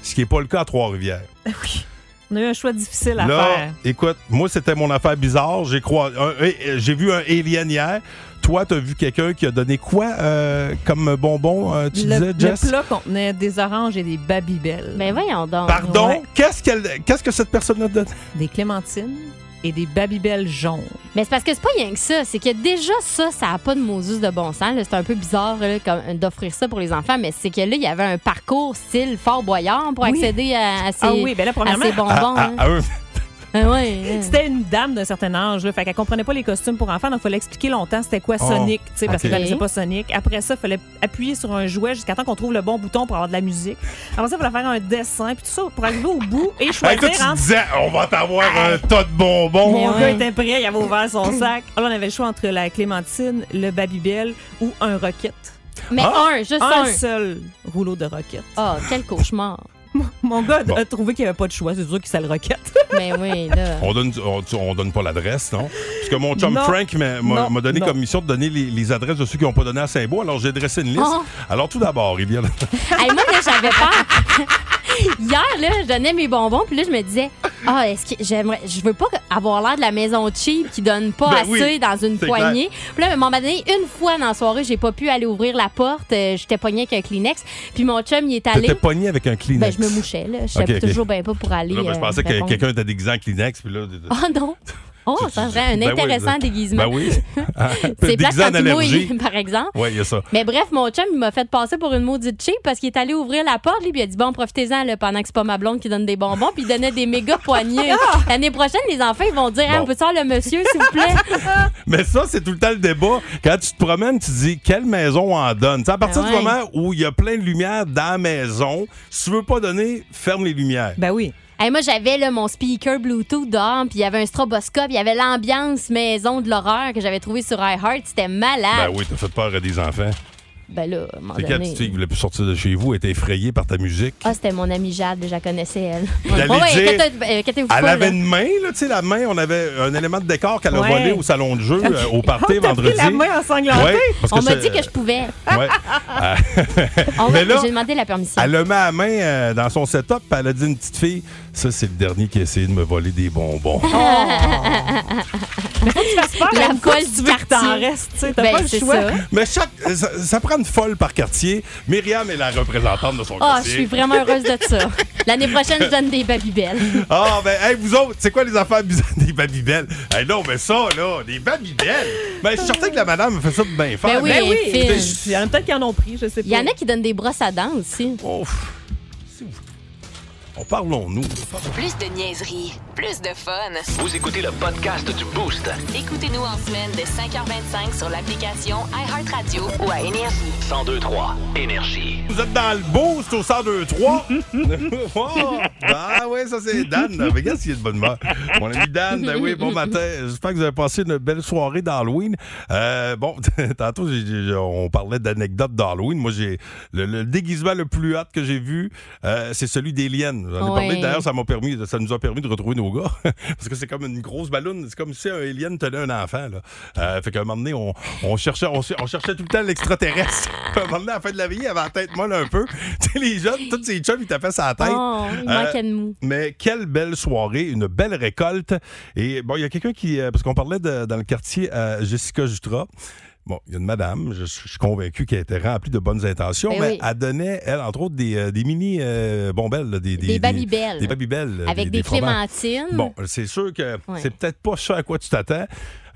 Speaker 6: Ce qui n'est pas le cas à Trois-Rivières.
Speaker 7: Oui. On a eu un choix difficile à
Speaker 6: Là,
Speaker 7: faire.
Speaker 6: écoute, moi, c'était mon affaire bizarre. J'ai croi- un- euh, j'ai vu un alien hier. Toi, t'as vu quelqu'un qui a donné quoi euh, comme bonbon, euh, tu
Speaker 7: Le,
Speaker 6: disais, Jess?
Speaker 7: le plat contenait des oranges et des babybelles,
Speaker 5: Ben voyons donc.
Speaker 6: Pardon?
Speaker 7: Ouais.
Speaker 6: Qu'est-ce, qu'elle- qu'est-ce que cette personne a donné?
Speaker 7: des clémentines et des babybelles jaunes.
Speaker 5: Mais c'est parce que c'est pas rien que ça. C'est que déjà, ça, ça a pas de Moses de bon sens. là. C'est un peu bizarre là, comme- d'offrir ça pour les enfants, mais c'est que là, il y avait un parcours style fort boyard pour
Speaker 7: Oui.
Speaker 5: accéder à, à ces,
Speaker 7: Ah oui, ben là,
Speaker 5: à ces
Speaker 7: premièrement,
Speaker 5: bonbons.
Speaker 6: Ah,
Speaker 5: hein.
Speaker 6: ah, ah, euh,
Speaker 5: Ah ouais, hein.
Speaker 7: c'était une dame d'un certain âge, là, fait qu'elle comprenait pas les costumes pour enfants, donc il fallait expliquer longtemps c'était quoi
Speaker 6: Oh,
Speaker 7: Sonic, tu sais, parce qu'elle
Speaker 5: ok.
Speaker 7: connaissait pas Sonic. Après ça, il fallait appuyer sur un jouet jusqu'à temps qu'on trouve le bon bouton pour avoir de la musique. Après ça, il fallait faire un dessin, puis tout ça pour arriver au bout et
Speaker 6: hey, toi,
Speaker 7: choisir
Speaker 6: tu te
Speaker 7: entre
Speaker 6: disais, on va t'avoir un tas de bonbons.
Speaker 7: Mon
Speaker 5: Mais
Speaker 7: gars
Speaker 5: ouais.
Speaker 7: était prêt, il avait ouvert son sac. Alors, on avait le choix entre la clémentine, le babybel ou un roquette.
Speaker 5: Mais
Speaker 6: Ah!
Speaker 5: un, juste
Speaker 7: Un
Speaker 5: un.
Speaker 7: seul rouleau de roquette.
Speaker 5: Ah, quel cauchemar.
Speaker 7: Mon gars
Speaker 6: Bon.
Speaker 7: a trouvé qu'il n'y avait pas de choix. C'est sûr qu'il s'est le roquette.
Speaker 5: mais oui, là.
Speaker 6: On donne, on, tu- on donne pas l'adresse, non? Parce que mon chum
Speaker 7: Non.
Speaker 6: Frank m'a- m'a
Speaker 7: Non,
Speaker 6: m'a donné
Speaker 7: non.
Speaker 6: comme mission de donner les, les adresses de ceux qui n'ont pas donné à Saint-Beau. Alors, j'ai dressé une liste.
Speaker 5: Oh.
Speaker 6: Alors, tout d'abord, il y a...
Speaker 5: Hey, moi, là, j'avais peur. Hier, là, je donnais mes bonbons, puis là, je me disais, ah, est-ce que j'aimerais, je veux pas avoir l'air de la maison cheap qui donne pas
Speaker 6: Ben
Speaker 5: assez
Speaker 6: oui,
Speaker 5: dans une
Speaker 6: c'est
Speaker 5: poignée. Puis là, à un moment donné, une fois dans la soirée, j'ai pas pu aller ouvrir la porte. euh, J'étais pognée avec un Kleenex. Puis mon chum, il est allé.
Speaker 6: T'étais pogné avec un Kleenex.
Speaker 5: Ben, je me mouchais, là. Je savais
Speaker 6: Ok, ok.
Speaker 5: toujours ben pas pour aller.
Speaker 6: Là, ben, je
Speaker 5: euh,
Speaker 6: pensais que
Speaker 5: répondre.
Speaker 6: quelqu'un était déguisé en Kleenex, puis là.
Speaker 5: Oh non! Oh, ça serait un
Speaker 6: Ben oui,
Speaker 5: intéressant
Speaker 6: ben-
Speaker 5: déguisement.
Speaker 6: Ben oui.
Speaker 5: C'est plate
Speaker 6: déguisé
Speaker 5: quand
Speaker 6: en
Speaker 5: tu mouilles,
Speaker 6: allergie.
Speaker 5: par exemple.
Speaker 6: Oui, il y a ça.
Speaker 5: Mais bref, mon chum, il m'a fait passer pour une maudite cheap parce qu'il est allé ouvrir la porte, lui, puis il a dit Bon, profitez-en là, pendant que c'est pas ma blonde qui donne des bonbons, puis il donnait des méga poignées. L'année prochaine, les enfants, ils vont dire Hein,
Speaker 6: Bon.
Speaker 5: On peut sortir le monsieur, s'il vous plaît
Speaker 6: Mais ça, c'est tout le temps le débat. Quand tu te promènes, tu te dis quelle maison on en donne. C'est à partir
Speaker 5: Ah
Speaker 6: du
Speaker 5: ouais.
Speaker 6: moment où il y a plein de lumière dans la maison, si tu veux pas donner, ferme les lumières.
Speaker 7: Ben oui.
Speaker 5: Hey, Moi, j'avais là, mon speaker Bluetooth dehors, puis il y avait un stroboscope, il y avait l'ambiance maison de l'horreur que j'avais trouvé sur iHeart. C'était malade.
Speaker 6: Ben oui, t'as fait peur à des enfants.
Speaker 5: Ah. Ben là, à un moment
Speaker 6: C'est quand tu
Speaker 5: donné.
Speaker 6: sais qu'ils voulaient plus sortir de chez vous, étaient effrayés par ta musique.
Speaker 5: Ah, c'était mon amie Jade, je la connaissais, elle.
Speaker 6: allait dire-
Speaker 5: inquiétez- euh, inquiétez-vous pas.
Speaker 6: Elle
Speaker 5: là.
Speaker 6: avait une main, là, tu sais, la main, on avait un élément de décor qu'elle a
Speaker 7: Ouais.
Speaker 6: volé au salon de jeu, euh, au
Speaker 7: On
Speaker 6: party
Speaker 7: t'a pris
Speaker 6: vendredi.
Speaker 7: la main ensanglantée.
Speaker 6: Ouais, parce
Speaker 5: On m'a dit
Speaker 6: c'est-
Speaker 5: que je pouvais.
Speaker 6: Ouais. Ah.
Speaker 5: On
Speaker 6: Mais
Speaker 5: m'a-
Speaker 6: là,
Speaker 5: J'ai demandé la permission.
Speaker 6: Elle le met à main euh, dans son setup, puis elle a dit à une petite fille Ça, c'est le dernier qui a essayé de me voler des bonbons.
Speaker 5: Ah.
Speaker 7: Tu pars
Speaker 5: La
Speaker 7: une
Speaker 5: folle
Speaker 7: fois si
Speaker 5: du
Speaker 7: tu veux que t'en
Speaker 5: quartier.
Speaker 7: restes. tu sais, T'as
Speaker 5: Ben,
Speaker 7: pas le
Speaker 5: c'est
Speaker 7: choix.
Speaker 5: ça.
Speaker 6: Mais chaque, euh, ça, ça prend une folle par quartier. Myriam est la représentante de son
Speaker 5: Ah, je suis
Speaker 6: quartier.
Speaker 5: vraiment heureuse de ça. L'année prochaine, je donne des babybelles.
Speaker 6: Ah, ben, hey, vous autres, c'est quoi les affaires bizarres des babybelles? Hey, non, mais ça, là, des babybelles. Ben, je suis certain que la madame fait ça de bien faire.
Speaker 5: oui,
Speaker 6: mais-
Speaker 7: Ben oui.
Speaker 5: Fine.
Speaker 7: Il y en a peut-être qui en ont pris, je sais pas.
Speaker 5: Il y en a qui donnent des brosses à dents aussi.
Speaker 6: Ouf. C'est ouf. Parlons-nous.
Speaker 8: Plus de niaiserie, plus de fun.
Speaker 3: Vous écoutez le podcast du Boost.
Speaker 8: Écoutez-nous en semaine de 5h25 sur l'application iHeartRadio ou à Énergie.
Speaker 3: 1023 Énergie.
Speaker 6: Vous êtes dans le beau, c'est au 102-3. ah oui, ça c'est Dan. Mais regarde s'il est de bonne humeur. Mon ami Dan, ben oui, bon matin. J'espère que vous avez passé une belle soirée d'Halloween. Euh, bon, tantôt, j'ai- j'ai- on parlait d'anecdotes d'Halloween. Moi, j'ai le, le déguisement le plus hâte que j'ai vu, euh, c'est celui des liens. J'en ai
Speaker 5: Ouais.
Speaker 6: parlé d'ailleurs, ça m'a permis, ça nous a permis de retrouver nos gars. Parce que c'est comme une grosse ballonne. C'est comme si un alien tenait un enfant. Là. Euh, fait qu'à un moment donné, on, on cherchait, on, cher- on cherchait tout le temps l'extraterrestre. Puis à un moment donné, à la fin de la vie, il avait la tête molle un peu. tu sais, les jeunes, tous ces chums, ils tapaient sa tête.
Speaker 5: Oh, il
Speaker 6: Euh,
Speaker 5: manquait de mou.
Speaker 6: Mais quelle belle soirée, une belle récolte. Et bon, il y a quelqu'un qui. euh, parce qu'on parlait de- dans le quartier euh, Jessica Jutra. Bon, il y a une madame, je, je suis convaincu qu'elle était remplie de bonnes intentions,
Speaker 5: Ben
Speaker 6: mais
Speaker 5: oui.
Speaker 6: elle donnait, elle, entre autres, des, euh, des mini euh, bombelles, là, des,
Speaker 5: Des
Speaker 6: babybelles.
Speaker 5: Babybel.
Speaker 6: euh, Des babybel,
Speaker 5: Avec des,
Speaker 6: fromages.
Speaker 5: clémentines.
Speaker 6: Bon, c'est sûr que
Speaker 5: Ouais.
Speaker 6: c'est peut-être pas ce à quoi tu t'attends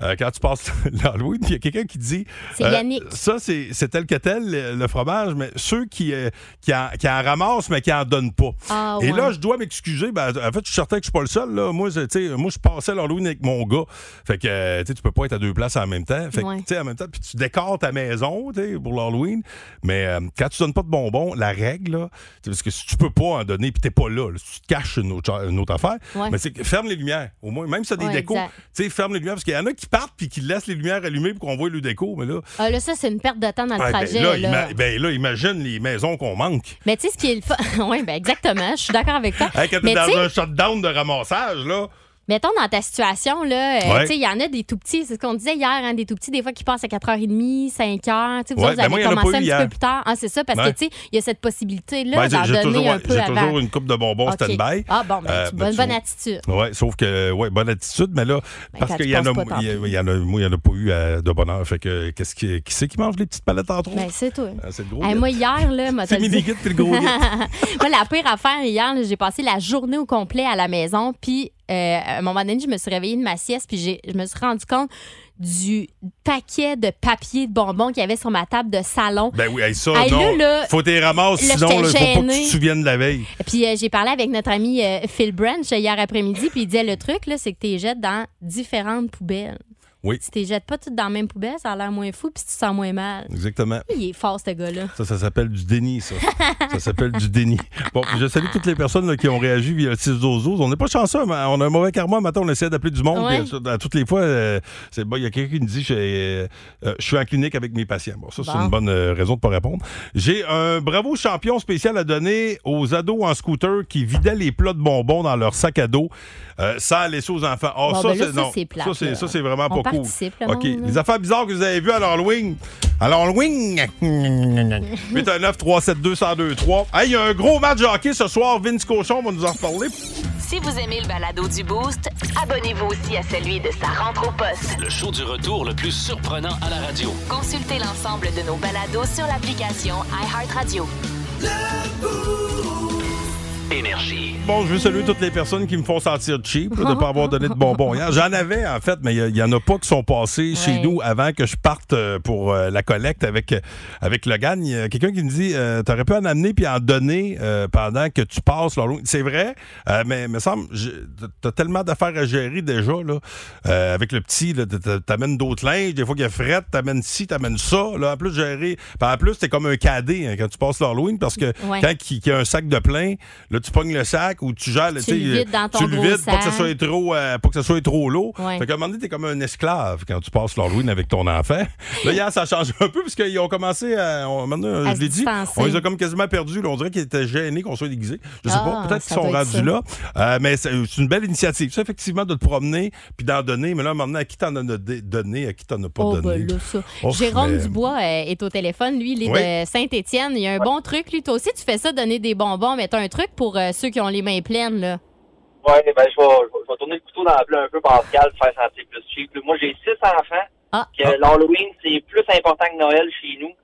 Speaker 6: euh, quand tu passes l'Halloween. Puis il y a quelqu'un qui dit. euh,
Speaker 5: C'est Yannick.
Speaker 6: Ça, c'est c'est tel que tel, le, le fromage, mais ceux qui, euh, qui, en, qui en ramassent, mais qui en donnent pas.
Speaker 5: Ah,
Speaker 6: Et
Speaker 5: ouais.
Speaker 6: là, je dois m'excuser. Ben, en fait, je suis certain que je suis pas le seul. Là. Moi, je- tu sais, moi, je passais l'Halloween avec mon gars. Fait que euh, tu sais, tu peux pas être à deux places en même temps. Fait que,
Speaker 5: Ouais.
Speaker 6: tu sais, en même temps, puis tu décores ta maison tu sais, pour l'Halloween. Mais euh, quand tu donnes pas de bonbons, la règle, là, tu sais, parce que si tu peux pas en donner, puis t'es pas là, là, si tu te caches une autre, cha- une autre affaire,
Speaker 5: Ouais.
Speaker 6: mais c'est que ferme les lumières. Au moins, même si t'as des
Speaker 5: Ouais,
Speaker 6: décos,
Speaker 5: exact.
Speaker 6: tu sais, ferme les lumières. Parce qu'il y en a qui partent puis qui laissent les lumières allumées pour qu'on voit le déco. Mais là,
Speaker 5: Ah, là, ça, c'est une perte de temps dans le
Speaker 6: ouais, ben,
Speaker 5: trajet.
Speaker 6: là,
Speaker 5: là.
Speaker 6: ima- ben, là, imagine les maisons qu'on manque.
Speaker 5: Mais tu sais, ce qui est le fun. oui, ben exactement. Je suis d'accord avec toi.
Speaker 6: Hey, quand t'es
Speaker 5: Mais tu
Speaker 6: dans
Speaker 5: sais,
Speaker 6: un shutdown de ramassage, là.
Speaker 5: mettons dans ta situation, là, euh,
Speaker 6: Ouais.
Speaker 5: tu sais, il y en a des tout petits. C'est ce qu'on disait hier, hein, des tout petits, des fois qui passent à 4h30, 5h. Tu sais, vous autres,
Speaker 6: Ouais,
Speaker 5: vous
Speaker 6: ben
Speaker 5: avez
Speaker 6: moi, il y en a
Speaker 5: commencé
Speaker 6: pas
Speaker 5: un
Speaker 6: eu
Speaker 5: petit
Speaker 6: hier.
Speaker 5: peu plus tard. Ah, c'est ça, parce
Speaker 6: Ouais.
Speaker 5: que, tu sais, il y a cette possibilité-là
Speaker 6: Ben,
Speaker 5: d'en
Speaker 6: j'ai j'ai
Speaker 5: donner
Speaker 6: toujours,
Speaker 5: un
Speaker 6: ouais,
Speaker 5: peu
Speaker 6: j'ai
Speaker 5: avant.
Speaker 6: toujours une coupe de bonbons
Speaker 5: OK.
Speaker 6: stand-by.
Speaker 5: Ah, bon, ben,
Speaker 6: Euh,
Speaker 5: tu-
Speaker 6: ben,
Speaker 5: bonne,
Speaker 6: tu-
Speaker 5: bonne attitude.
Speaker 6: Ouais, sauf que, ouais, bonne attitude, mais là,
Speaker 5: Ben,
Speaker 6: parce
Speaker 5: quand
Speaker 6: qu'il
Speaker 5: tu
Speaker 6: y en a,
Speaker 5: penses pas, tant
Speaker 6: il y a-
Speaker 5: pis.
Speaker 6: il y en a, moi, il y en a pas eu euh, de bonheur. Fait que, qu'est-ce qui, qui c'est qui mange les petites palettes en trop?
Speaker 5: Ben, c'est toi.
Speaker 6: Ah, c'est le gros.
Speaker 5: Hey,
Speaker 6: guide.
Speaker 5: moi, hier, là, m'a
Speaker 6: c'est le mini guide puis le gros guide.
Speaker 5: Moi, la pire affaire hier, là, j'ai passé la journée au complet à la maison. Puis, euh, à un moment donné, je me suis réveillée de ma sieste. Puis, j'ai- je me suis rendu compte du paquet de papier de bonbons qu'il y avait sur ma table de salon.
Speaker 6: Ben oui, hey, ça,
Speaker 5: Hey, là,
Speaker 6: non.
Speaker 5: là,
Speaker 6: faut tes ramasses,
Speaker 5: là, j'étais
Speaker 6: sinon, là, faut pas que tu
Speaker 5: gênée.
Speaker 6: te souviennes de la veille.
Speaker 5: Puis, euh, j'ai parlé avec notre ami euh, Phil Branch hier après-midi. Puis, il disait le truc, là, c'est que tu les jettes dans différentes poubelles.
Speaker 6: Oui.
Speaker 5: Si tu les jettes pas toutes dans la même poubelle, ça a l'air moins fou. Puis, tu te sens moins mal.
Speaker 6: Exactement.
Speaker 5: Il est fort, ce gars-là.
Speaker 6: Ça, ça s'appelle du déni, ça. ça s'appelle du déni. Bon, puis je salue toutes les personnes là, qui ont réagi via le 6 12 On n'est pas chanceux, mais on a un mauvais karma. Maintenant, on essaie d'appeler du monde.
Speaker 5: Ouais.
Speaker 6: puis, euh, à toutes les fois, euh, c'est bon, il y a quelqu'un qui nous dit je, euh, euh, je suis en clinique avec mes patients. Bon, ça, c'est
Speaker 5: Bon.
Speaker 6: une bonne euh, raison de pas répondre. J'ai un bravo champion spécial à donner aux ados en scooter qui vidaient les plats de bonbons dans leur sac à dos euh, sans laisser aux enfants. Ah,
Speaker 5: Bon,
Speaker 6: ça,
Speaker 5: ben là,
Speaker 6: c'est
Speaker 5: ça,
Speaker 6: non.
Speaker 5: c'est plate,
Speaker 6: Ça, c'est-
Speaker 5: là.
Speaker 6: ça, c'est vraiment
Speaker 5: On
Speaker 6: pas cool.
Speaker 5: participe, le
Speaker 6: OK.
Speaker 5: monde, là.
Speaker 6: Les affaires bizarres que vous avez vues à l'Halloween. À l'Halloween. 819 372 1023 Hey, il y a un gros match de hockey ce soir. Vince Cochon va nous en reparler.
Speaker 8: Si vous aimez le balado du Boost,
Speaker 4: Abonnez-vous aussi à celui de sa rentre au poste.
Speaker 3: Le show du retour le plus surprenant à la radio.
Speaker 8: consultez l'ensemble de nos balados sur l'application iHeartRadio.
Speaker 3: Énergie.
Speaker 6: Bon, je veux saluer toutes les personnes qui me font sentir cheap là, de ne pas avoir donné de bonbons hier. J'en avais, en fait, mais il n'y en a pas qui sont passés chez
Speaker 5: Ouais.
Speaker 6: nous avant que je parte euh, pour euh, la collecte avec, euh, avec Logan. Il y a quelqu'un qui me dit euh, T'aurais pu en amener puis en donner euh, pendant que tu passes l'Halloween. C'est vrai, euh, mais me semble, j'ai- t'as tellement d'affaires à gérer déjà. Là, Euh, avec le petit, là, t'a- t'a- t'amènes d'autres linges, des fois qu'il y a fret, t'amènes ci, t'amènes ça. Là, en plus, gérer. Puis en plus, t'es comme un cadet hein, quand tu passes l'Halloween parce que
Speaker 5: Ouais.
Speaker 6: quand il qu'il y a un sac de plein, là, tu pognes le sac ou tu gères le
Speaker 5: Tu le
Speaker 6: sais,
Speaker 5: vides dans ton
Speaker 6: tu le
Speaker 5: gros
Speaker 6: vides, pas que ça
Speaker 5: sac.
Speaker 6: soit trop, euh, pas que ça soit trop lourd.
Speaker 5: Ouais.
Speaker 6: Fait qu'à un moment donné, t'es comme un esclave quand tu passes l'Halloween avec ton enfant. Là, hier, ça change un peu parce qu'ils ont commencé à, on, maintenant,
Speaker 5: À
Speaker 6: je
Speaker 5: se
Speaker 6: l'ai dit,
Speaker 5: distancer.
Speaker 6: on les a comme quasiment perdus. là. on dirait qu'ils étaient gênés qu'on soit déguisés. Je sais
Speaker 5: Ah,
Speaker 6: pas, peut-être qu'ils
Speaker 5: ça
Speaker 6: sont
Speaker 5: doit être
Speaker 6: rendus là. Euh, mais c'est c'est une belle initiative, ça, effectivement, de te promener puis d'en donner. Mais là, à un moment donné, à qui t'en as dé- donné, à qui t'en as pas
Speaker 5: Oh,
Speaker 6: donné.
Speaker 5: ben là, ça.
Speaker 6: Ouf,
Speaker 5: Jérôme
Speaker 6: mais-
Speaker 5: Dubois euh, est au téléphone. Lui, il est
Speaker 6: Oui.
Speaker 5: de Saint-Étienne. Il y a un bon truc, lui. Toi aussi, tu fais ça, donner des bonbons. Mais t'as un truc pour euh, ceux qui ont les mains pleines, là.
Speaker 10: Ouais, ben, je vais, je vais- je vais tourner le couteau dans la plaie un peu, Pascal, pour faire sentir plus cheap. Moi, j'ai six enfants.
Speaker 5: Ah.
Speaker 10: que L'Halloween, c'est plus important que Noël chez nous.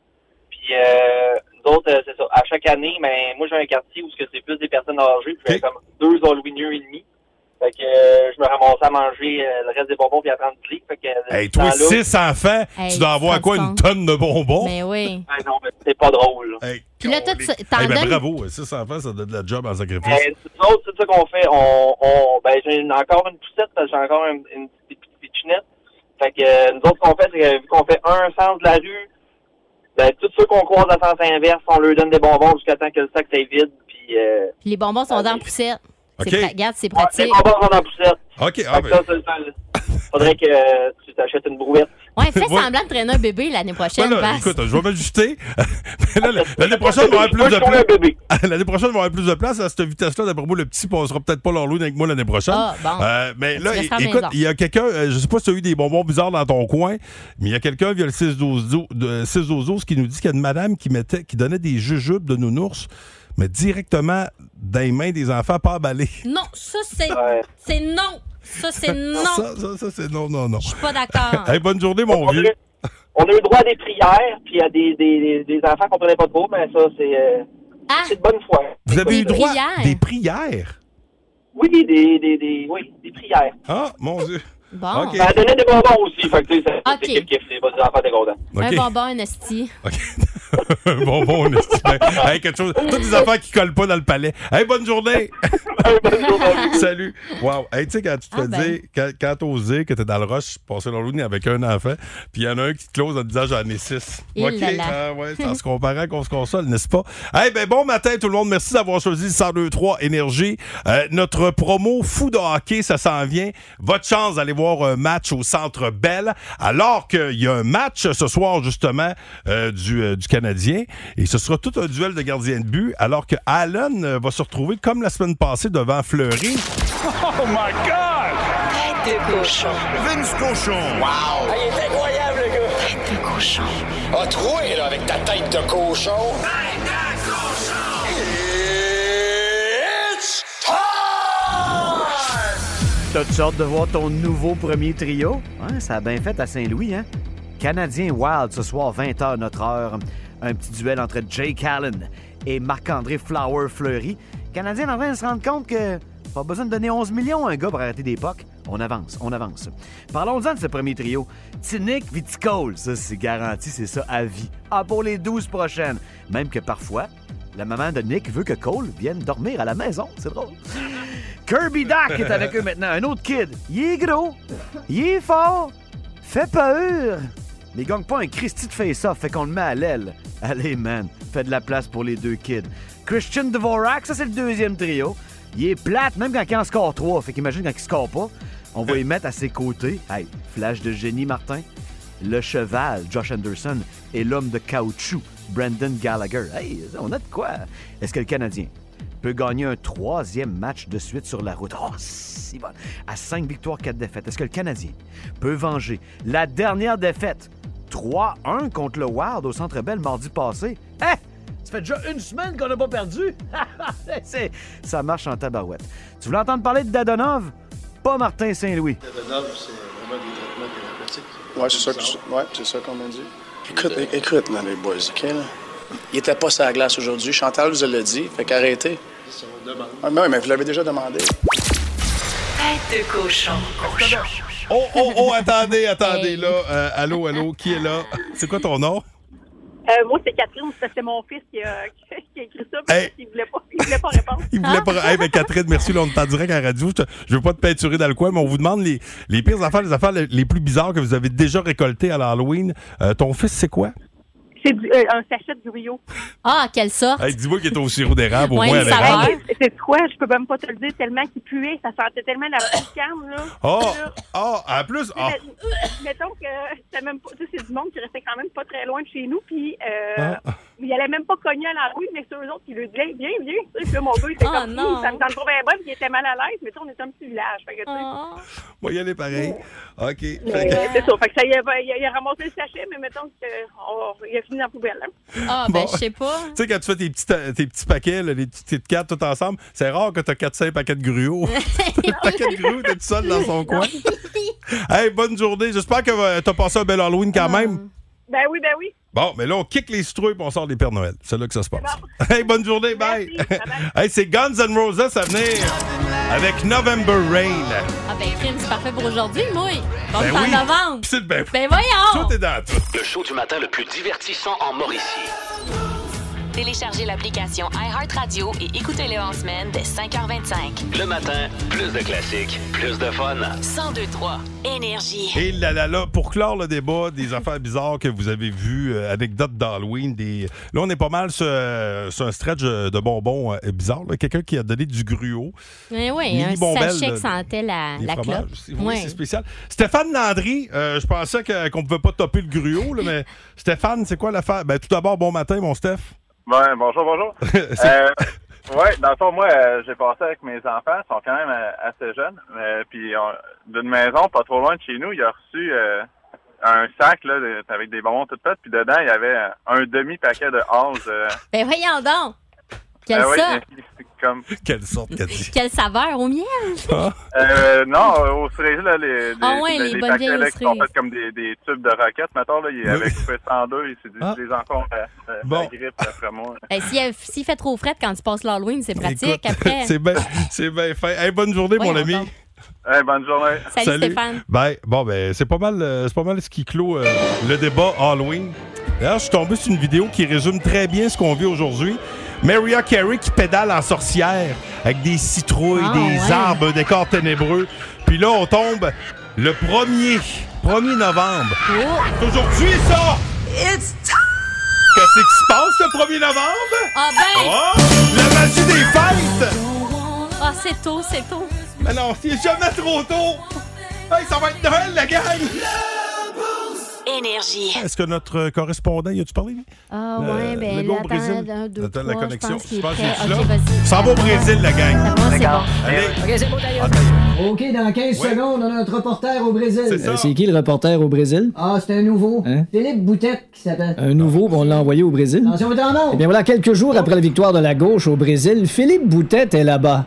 Speaker 10: Puis, euh, nous autres, euh, c'est ça. À chaque année, ben, moi, j'ai un quartier où ce que c'est plus des personnes âgées. Puis, j'ai
Speaker 6: Ok.
Speaker 10: comme deux Halloweeners et demi. Fait que euh, je me ramassais à manger euh, le reste des bonbons puis à prendre du lit. Fait que, euh,
Speaker 6: Hey,
Speaker 10: dans
Speaker 6: toi,
Speaker 10: l'eau-
Speaker 6: six enfants,
Speaker 5: Hey,
Speaker 6: tu dois avoir
Speaker 5: tu
Speaker 6: quoi,
Speaker 5: t'en
Speaker 6: une tonne de bonbons?
Speaker 5: Mais oui.
Speaker 10: Ah non, mais c'est pas drôle. là.
Speaker 6: Hey,
Speaker 5: Puis là, toi,
Speaker 6: colique.
Speaker 5: tu- t'en
Speaker 6: Hey, ben,
Speaker 5: donnes-
Speaker 6: bravo, six enfants, ça donne de la job en sacrifice.
Speaker 10: Mais Ben, nous autres, c'est ça qu'on fait. On, on, ben, j'ai une- encore une poussette parce que j'ai encore une, une petite petite pitchinette. Fait que euh, nous autres, ce qu'on fait, c'est que vu qu'on fait un sens de la rue, ben, tous ceux qu'on croise à sens inverse, on leur donne des bonbons jusqu'à temps que le sac soit vide. Puis, euh,
Speaker 5: Puis les bonbons sont dans la poussette. C'est
Speaker 6: Ok.
Speaker 5: pra- Regarde, c'est
Speaker 10: ouais, les
Speaker 5: pratique.
Speaker 10: bonbons sont en poussette.
Speaker 6: OK, ah,
Speaker 10: Fait que
Speaker 6: ben,
Speaker 10: ça, c'est ça. Faudrait que euh, tu t'achètes une brouette.
Speaker 5: Ouais, fais
Speaker 6: Ouais.
Speaker 5: semblant de traîner un bébé l'année prochaine.
Speaker 6: ben là,
Speaker 5: parce-
Speaker 6: écoute, je vais m'ajuster. Mais là, la- L'année prochaine, on va avoir plus
Speaker 10: Ah, Moi,
Speaker 6: de
Speaker 10: je tourne un
Speaker 6: place.
Speaker 10: bébé.
Speaker 6: L'année prochaine, on va avoir plus de place. À cette vitesse-là, d'après moi, le petit passera peut-être pas leur avec moi l'année prochaine.
Speaker 5: Ah, bon.
Speaker 6: Euh, mais
Speaker 5: Tu
Speaker 6: là,
Speaker 5: resteras à la
Speaker 6: écoute,
Speaker 5: maison.
Speaker 6: il y a quelqu'un, euh, je sais pas si tu as eu des bonbons bizarres dans ton coin, mais il y a quelqu'un via le 6 12 12 qui nous dit qu'il y a une madame qui, mettait, qui donnait des jujubes de nounours, mais directement dans les mains des enfants, pas emballés.
Speaker 5: Non, ça, c'est
Speaker 10: Ouais.
Speaker 5: c'est non. Ça, c'est non.
Speaker 6: Ça, ça, ça, c'est non, non, non.
Speaker 5: Je suis pas d'accord.
Speaker 6: Hey, bonne journée, mon
Speaker 10: On a,
Speaker 6: vieux.
Speaker 10: eu, on a eu droit à des prières, puis à des, des, des enfants qu'on prenait pas trop, mais ça, c'est euh,
Speaker 5: Ah,
Speaker 10: c'est de bonne foi.
Speaker 6: Vous avez eu
Speaker 5: Des
Speaker 6: droit
Speaker 5: prières.
Speaker 6: des prières.
Speaker 10: Oui, des, des, des, oui, des prières.
Speaker 6: Ah, mon Dieu.
Speaker 5: bon.
Speaker 6: Ok.
Speaker 10: Ben, elle donnait des bonbons aussi, fait que tu sais, c'est
Speaker 5: Ok.
Speaker 10: c'est kiff-kiff, c'est pas des enfants, t'es content.
Speaker 6: OK.
Speaker 5: Un bonbon, un hostie.
Speaker 6: Un bonbon, on est- ben, hey, quelque chose. Toutes les affaires qui collent pas dans le palais. Hey, bonne journée. Salut. Wow. Hey, tu sais, quand tu te
Speaker 5: Ah
Speaker 6: fais
Speaker 5: ben.
Speaker 6: dire, quand, quand t'oses dire que t'es dans le rush, passer l'Halloween avec un enfant, puis il y en a un qui te close en disant j'en ai six.
Speaker 5: Il
Speaker 6: OK.
Speaker 5: l'a là.
Speaker 6: Ah ouais, c'est en se comparant qu'on se console, n'est-ce pas? Hey, ben bon matin tout le monde. Merci d'avoir choisi 1023 Énergie. Euh, notre promo fou de hockey, ça s'en vient. Votre chance d'aller voir un match au Centre Bell, alors qu'il y a un match ce soir, justement, euh, du, euh, du Canadien. Et ce sera tout un duel de gardiens de but, alors que Allen euh, va se retrouver, comme la semaine passée, devant Fleury.
Speaker 11: Oh Vince Cochon. Wow! il est incroyable, le gars! Tête de cochon. A troué, Ah, là, avec ta tête de cochon. Tête de cochon! It's time!
Speaker 12: T'as-tu hâte de voir ton nouveau premier trio? Ouais, ça a bien fait à Saint-Louis, hein? Canadien Wild ce soir, 20h notre heure. Un petit duel entre Jake Allen et Marc-André Flower Fleury. Canadien en train de se rendre compte que pas besoin de donner 11 millions à un gars pour arrêter des pocs. On avance, on avance. Parlons-en de ce premier trio. Tinic puis Ticole, ça c'est garanti, c'est ça à vie. Ah, pour les 12 prochaines. Même que parfois, la maman de Nick veut que Cole vienne dormir à la maison. C'est drôle. Kirby Doc est avec eux maintenant. Un autre kid. Il est gros. Il est fort. Fait peur. Mais il gagne pas un Christy de face-off. Fait qu'on le met à l'aile. Allez, man. Fais de la place pour les deux kids. Christian Dvorak, ça, c'est le deuxième trio. Il est plate, même quand il en score trois. Fait qu'imagine quand il score pas. On va y mettre à ses côtés. Hey, flash de génie, Martin. Le cheval, Josh Anderson, et l'homme de caoutchouc, Brandon Gallagher. Hey, on a de quoi. Est-ce que le Canadien peut gagner un troisième match de suite sur la route. Oh, si bon. À 5 victoires, 4 défaites. Est-ce que le Canadien peut venger la dernière défaite 3-1 contre le Wild au Centre Bell mardi passé? Hein? Ça fait déjà une semaine qu'on n'a pas perdu. C'est- ça marche en tabarouette. Tu voulais entendre parler de Dadonov? Pas Martin Saint-Louis.
Speaker 11: Ouais, c'est ça que je- ouais, c'est ça qu'on m'a dit. Écoute, é- écoute, là, les boys, OK, là? Il était pas sur la glace aujourd'hui. Chantal vous l'a dit, fait qu'arrêtez. Ah, mais, oui, mais vous l'avez déjà demandé.
Speaker 4: Tête de cochon.
Speaker 6: Oh, oh, oh, attendez, attendez, là. Euh, allô, allô, qui est là? C'est quoi ton nom?
Speaker 13: Euh, moi, c'est Catherine, parce que c'est mon fils qui a, qui a écrit ça, parce
Speaker 6: Hey.
Speaker 13: qu'il voulait pas, il voulait pas répondre.
Speaker 6: Il voulait pas. Hey, ben, Catherine, merci. Là, on est en direct à la radio. Je, je veux pas te peinturer dans le coin, mais on vous demande les, les pires affaires, les affaires les, les plus bizarres que vous avez déjà récoltées à l'Halloween. Euh, ton fils, c'est quoi?
Speaker 13: C'est du- euh, un sachet de Rio.
Speaker 5: Ah, quelle sorte.
Speaker 6: Hey, dis-moi qu'il est au sirop d'érable, au
Speaker 5: Ouais,
Speaker 6: moins à
Speaker 5: une saveur.
Speaker 6: l'érable.
Speaker 5: Ah.
Speaker 13: C'est quoi? Je peux même pas te le dire tellement qu'il puait. Ça sentait tellement la boucane, là.
Speaker 6: Oh!
Speaker 13: Là,
Speaker 6: Oh! En plus, oh.
Speaker 13: tu sais, mais- Mettons que c'était même pas, tu sais, c'est du monde qui restait quand même pas très loin de chez nous, puis euh,
Speaker 6: Ah.
Speaker 13: il allait même pas cogner à la rue, mais c'est eux autres qui lui disaient, viens, viens. Tu sais, Puis là, mon gars, il était
Speaker 5: Ah,
Speaker 13: comme,
Speaker 5: non.
Speaker 13: Hum, ça me tente pas bien, bon, puis il était mal à l'aise, mais tu sais, on est un petit village. Fait que, tu sais,
Speaker 7: Ah.
Speaker 5: Oh.
Speaker 6: on va y aller pareil. OK. Fait que-
Speaker 13: mais, euh, c'est ça. Fait que ça, il a, il a- il a ramassé le sachet, mais mettons qu'il a fini dans la poubelle. hein.
Speaker 5: Ah, ben,
Speaker 6: Bon.
Speaker 5: je sais pas.
Speaker 6: Tu sais, quand tu fais tes petits, ta- tes petits paquets, là, les petites cartes tout ensemble, c'est rare que t'as 4-5 paquets de gruau. Le paquet de gruau, t'es tout seul dans son coin. hey, bonne journée. J'espère que euh, t'as passé un bel Halloween quand même.
Speaker 13: Ben oui, ben oui.
Speaker 6: Bon, mais là, on kick les citrouilles et on sort des Pères Noël. C'est là que ça se passe. Hey, bonne journée, bye! hey, c'est Guns N' Roses à venir avec November Rain.
Speaker 5: Ah ben crime, c'est parfait pour aujourd'hui, moi. Bon,
Speaker 6: Ben
Speaker 5: c'est en
Speaker 6: oui.
Speaker 5: novembre.
Speaker 6: Pis c'est le ben.
Speaker 5: Ben voyons!
Speaker 6: Tout est dans tout.
Speaker 3: Le show du matin le plus divertissant en Mauricie.
Speaker 8: Téléchargez l'application iHeartRadio et écoutez-le en semaine dès 5h25.
Speaker 3: Le matin, plus de classiques, plus de fun.
Speaker 8: 1023 Énergie.
Speaker 6: Et là, là, là, pour clore le débat des affaires bizarres que vous avez vues, euh, anecdotes d'Halloween, des... là, on est pas mal sur, euh, sur un stretch euh, de bonbons euh, bizarres. là. Quelqu'un qui a donné du gruau.
Speaker 5: Mais oui,
Speaker 6: Mini
Speaker 5: un
Speaker 6: Bombelle,
Speaker 5: sachet
Speaker 6: là,
Speaker 5: qui sentait la, Ah,
Speaker 6: Des
Speaker 5: la
Speaker 6: fromages
Speaker 5: clope.
Speaker 6: aussi. Oui, c'est spécial. Stéphane Landry, euh, je pensais que- qu'on pouvait pas topper le gruau, là, mais Stéphane, c'est quoi l'affaire? Ben, tout d'abord, bon matin, mon Steph.
Speaker 14: Ouais, Ben, bonjour, bonjour. euh, ouais, dans le fond, moi, euh, j'ai passé avec mes enfants, ils sont quand même euh, assez jeunes. euh, puis on- d'une maison pas trop loin de chez nous, il a reçu euh, un sac là, de- avec des bonbons toutes faites, puis dedans, il y avait euh, un demi-paquet de onze. euh,
Speaker 5: Ben voyons donc! Quelle,
Speaker 10: Ben
Speaker 14: euh, oui,
Speaker 5: ça-
Speaker 14: comme...
Speaker 6: Quelle sorte qu'elle dit. Ah,
Speaker 5: quelle saveur au miel!
Speaker 14: Euh, non, euh, aux cerises, là, les, les,
Speaker 5: Ah ouais, les bonnes
Speaker 14: paquets
Speaker 5: vieilles
Speaker 14: là, qui sont
Speaker 5: cerises.
Speaker 14: faits comme des, des tubes de roquettes. Mettons, là, il avait coupé 102, il s'est dit,
Speaker 6: Ah.
Speaker 14: les enfants euh, euh,
Speaker 6: Bon.
Speaker 14: la grippe, après moi.
Speaker 5: Ben, s'il y a- s'il fait trop fret quand tu passes l'Halloween, c'est pratique.
Speaker 6: Écoute,
Speaker 5: Après,
Speaker 6: c'est bien c'est bien fait. Hey, bonne journée, mon ami.
Speaker 14: bonne journée.
Speaker 5: Salut, Stéphane.
Speaker 6: Ben, bon, ben, c'est pas mal, euh, c'est pas mal ce qui clôt euh, le débat Halloween. D'ailleurs, je suis tombé sur une vidéo qui résume très bien ce qu'on vit aujourd'hui. Maria Carey qui pédale en sorcière avec des citrouilles,
Speaker 15: Ah,
Speaker 6: des
Speaker 15: ouais.
Speaker 6: arbres, un décor ténébreux. Puis là, on tombe le 1er, 1er novembre.
Speaker 5: Oh.
Speaker 6: C'est aujourd'hui, ça! Qu'est-ce qui se passe le 1er novembre?
Speaker 5: Ah ben!
Speaker 6: Oh! La magie des fêtes!
Speaker 5: Ah, c'est tôt, c'est tôt.
Speaker 6: Mais Ah non, c'est jamais trop tôt! Hey, ça va être Noël, la gang!
Speaker 8: Énergie.
Speaker 6: Est-ce que notre euh, correspondant, y a-tu parlé? lui?
Speaker 5: Ah
Speaker 6: Le-
Speaker 5: ouais, ben
Speaker 6: le gars
Speaker 5: là,
Speaker 6: au Euh, Brésil.
Speaker 5: attends, un, deux,
Speaker 6: Attends,
Speaker 5: trois,
Speaker 6: la connexion.
Speaker 5: Je pense qu'il est
Speaker 6: Je pense
Speaker 5: prêt.
Speaker 6: qu'il est
Speaker 5: Ok,
Speaker 6: là.
Speaker 5: vas-y.
Speaker 6: Ça va au Brésil, la gang.
Speaker 5: C'est bon, c'est bon.
Speaker 6: Allez.
Speaker 2: OK, c'est bon, d'ailleurs. OK, dans 15 secondes, on a notre reporter au Brésil. Euh, C'est qui le reporter au Brésil?
Speaker 1: Ah, c'est un nouveau.
Speaker 2: Hein?
Speaker 1: Philippe Boutette qui s'appelle.
Speaker 2: Un nouveau, puis on l'a envoyé au Brésil.
Speaker 1: Attention, vous êtes en ordre.
Speaker 2: Eh bien voilà, quelques jours après la victoire de la gauche au Brésil, Philippe Boutette est là-bas.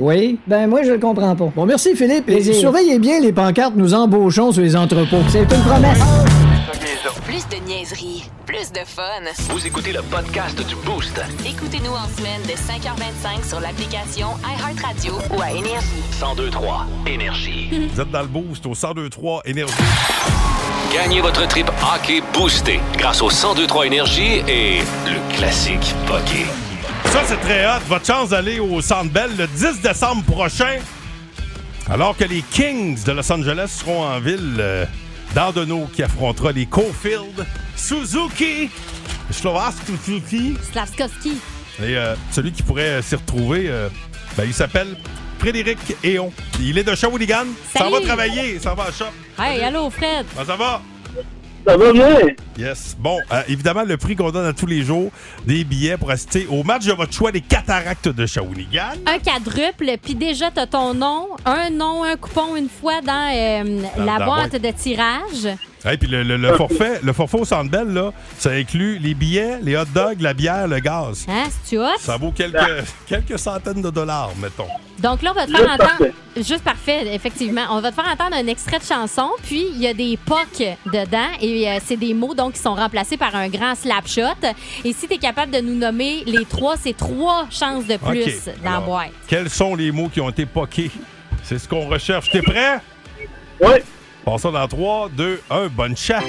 Speaker 2: Oui.
Speaker 1: ben moi je le comprends pas.
Speaker 2: Bon, merci Philippe. Et
Speaker 1: Plaisir.
Speaker 2: surveillez bien les pancartes nous embauchons sur les entrepôts. C'est une promesse.
Speaker 8: Plus de niaiserie, plus de fun.
Speaker 3: Vous écoutez le podcast du Boost.
Speaker 8: Écoutez-nous en semaine de 5h25 sur l'application iHeartRadio ou à Énergie.
Speaker 3: 1023 Énergie.
Speaker 6: Vous êtes dans le boost au 1023 Énergie.
Speaker 3: Gagnez votre trip hockey boosté grâce au 1023 Énergie et le classique hockey.
Speaker 6: Ça, c'est très hot. Votre chance d'aller au Centre Bell le 10 décembre prochain, alors que les Kings de Los Angeles seront en ville. euh, D'Ardenneau qui affrontera les Cofield, Suzuki, Slovak Suzuki.
Speaker 5: Slavkovski.
Speaker 6: Et euh, celui qui pourrait euh, s'y retrouver, euh, ben, il s'appelle Frédéric Eon. Il est de Shawinigan. Ça va
Speaker 5: Salut.
Speaker 6: travailler, ça va à shop.
Speaker 5: Hey, allô, Fred.
Speaker 6: Ben, ça va?
Speaker 10: Ça va bien?
Speaker 6: Yes. Bon, euh, évidemment, le prix qu'on donne à tous les jours, des billets pour assister au match de votre choix des cataractes de Shawinigan.
Speaker 5: Un quadruple, puis déjà, t'as ton nom, un nom, un coupon une fois dans euh,
Speaker 6: Dans-
Speaker 5: la
Speaker 6: dans-
Speaker 5: boîte
Speaker 6: ouais.
Speaker 5: de tirage.
Speaker 6: Et puis le, le- le forfait, le forfait au Centre Bell, là, ça inclut les billets, les hot dogs, la bière, le gaz.
Speaker 5: Hein, c'est-tu hot?
Speaker 6: Ça vaut quelques, quelques centaines de dollars, mettons.
Speaker 5: Donc là, on va te
Speaker 6: Juste
Speaker 5: faire entendre.
Speaker 6: parfait.
Speaker 5: Juste parfait, effectivement. On va te faire entendre un extrait de chanson, puis il y a des pocs dedans, et euh, c'est des mots donc qui sont remplacés par un grand slap shot. Et si tu es capable de nous nommer les trois, c'est trois chances de plus
Speaker 6: OK.
Speaker 5: dans la
Speaker 6: Alors,
Speaker 5: boîte.
Speaker 6: Quels sont les mots qui ont été poqués? C'est ce qu'on recherche. T'es prêt?
Speaker 10: Oui.
Speaker 6: Passons dans 3, 2, 1. Bonne chat.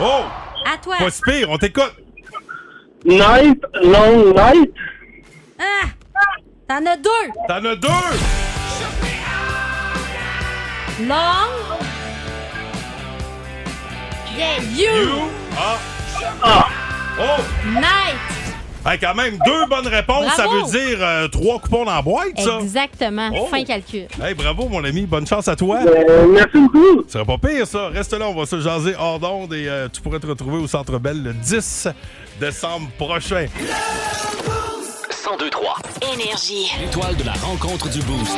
Speaker 6: Oh!
Speaker 5: À toi.
Speaker 6: Pas si pire, on t'écoute.
Speaker 10: Night, long night.
Speaker 5: Ah! T'en as deux!
Speaker 6: T'en as deux!
Speaker 5: Long. Yeah, you!
Speaker 6: Ah, Oh!
Speaker 5: Night!
Speaker 6: Hey, quand même, deux bonnes réponses, ça veut
Speaker 5: Bravo!
Speaker 6: dire euh, trois coupons dans la boîte, ça?
Speaker 5: Exactement.
Speaker 6: Oh!
Speaker 5: Fin calcul.
Speaker 6: Hey, bravo, mon ami. Bonne chance à toi.
Speaker 5: Euh,
Speaker 6: merci beaucoup. Ce serait pas pire, ça. Reste là, on va se jaser hors d'onde et euh, tu pourrais te retrouver au Centre Belle le 10 décembre prochain.
Speaker 3: 1023.
Speaker 8: Énergie.
Speaker 3: Étoile de la rencontre du Boost.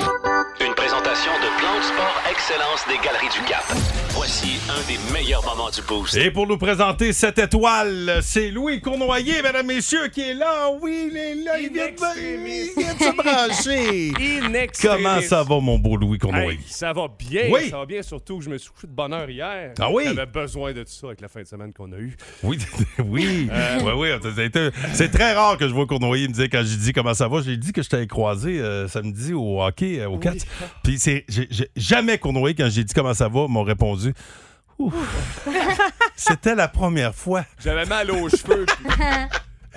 Speaker 3: Une présentation de Plan de Sport Excellence des Galeries du Cap. Voici un des meilleurs moments du Boost.
Speaker 6: Et pour nous présenter cette étoile, c'est Louis Cournoyer, mesdames, messieurs, qui est là. Oui, il est là. Il vient de, il vient de se brancher.
Speaker 15: Inextrémiste.
Speaker 6: Comment ça va, mon beau Louis Cournoyer?
Speaker 15: Hey, ça va bien,
Speaker 6: Oui.
Speaker 15: ça va bien, surtout que je me suis couché de bonne heure hier.
Speaker 6: Ah oui?
Speaker 15: J'avais besoin de tout ça avec la fin de semaine qu'on a eue. Euh,
Speaker 6: Oui, oui, oui, oui. ça a été- C'est très rare que je vois Cournoyer me dire quand j'ai dit comment ça va. J'ai dit que je t'avais croisé euh, samedi au hockey, euh, au Cats. Puis c'est j'ai- j'ai- jamais Cournoyer, quand j'ai dit comment ça va, m'a répondu. Ouf. C'était la première fois.
Speaker 15: J'avais mal aux cheveux. puis-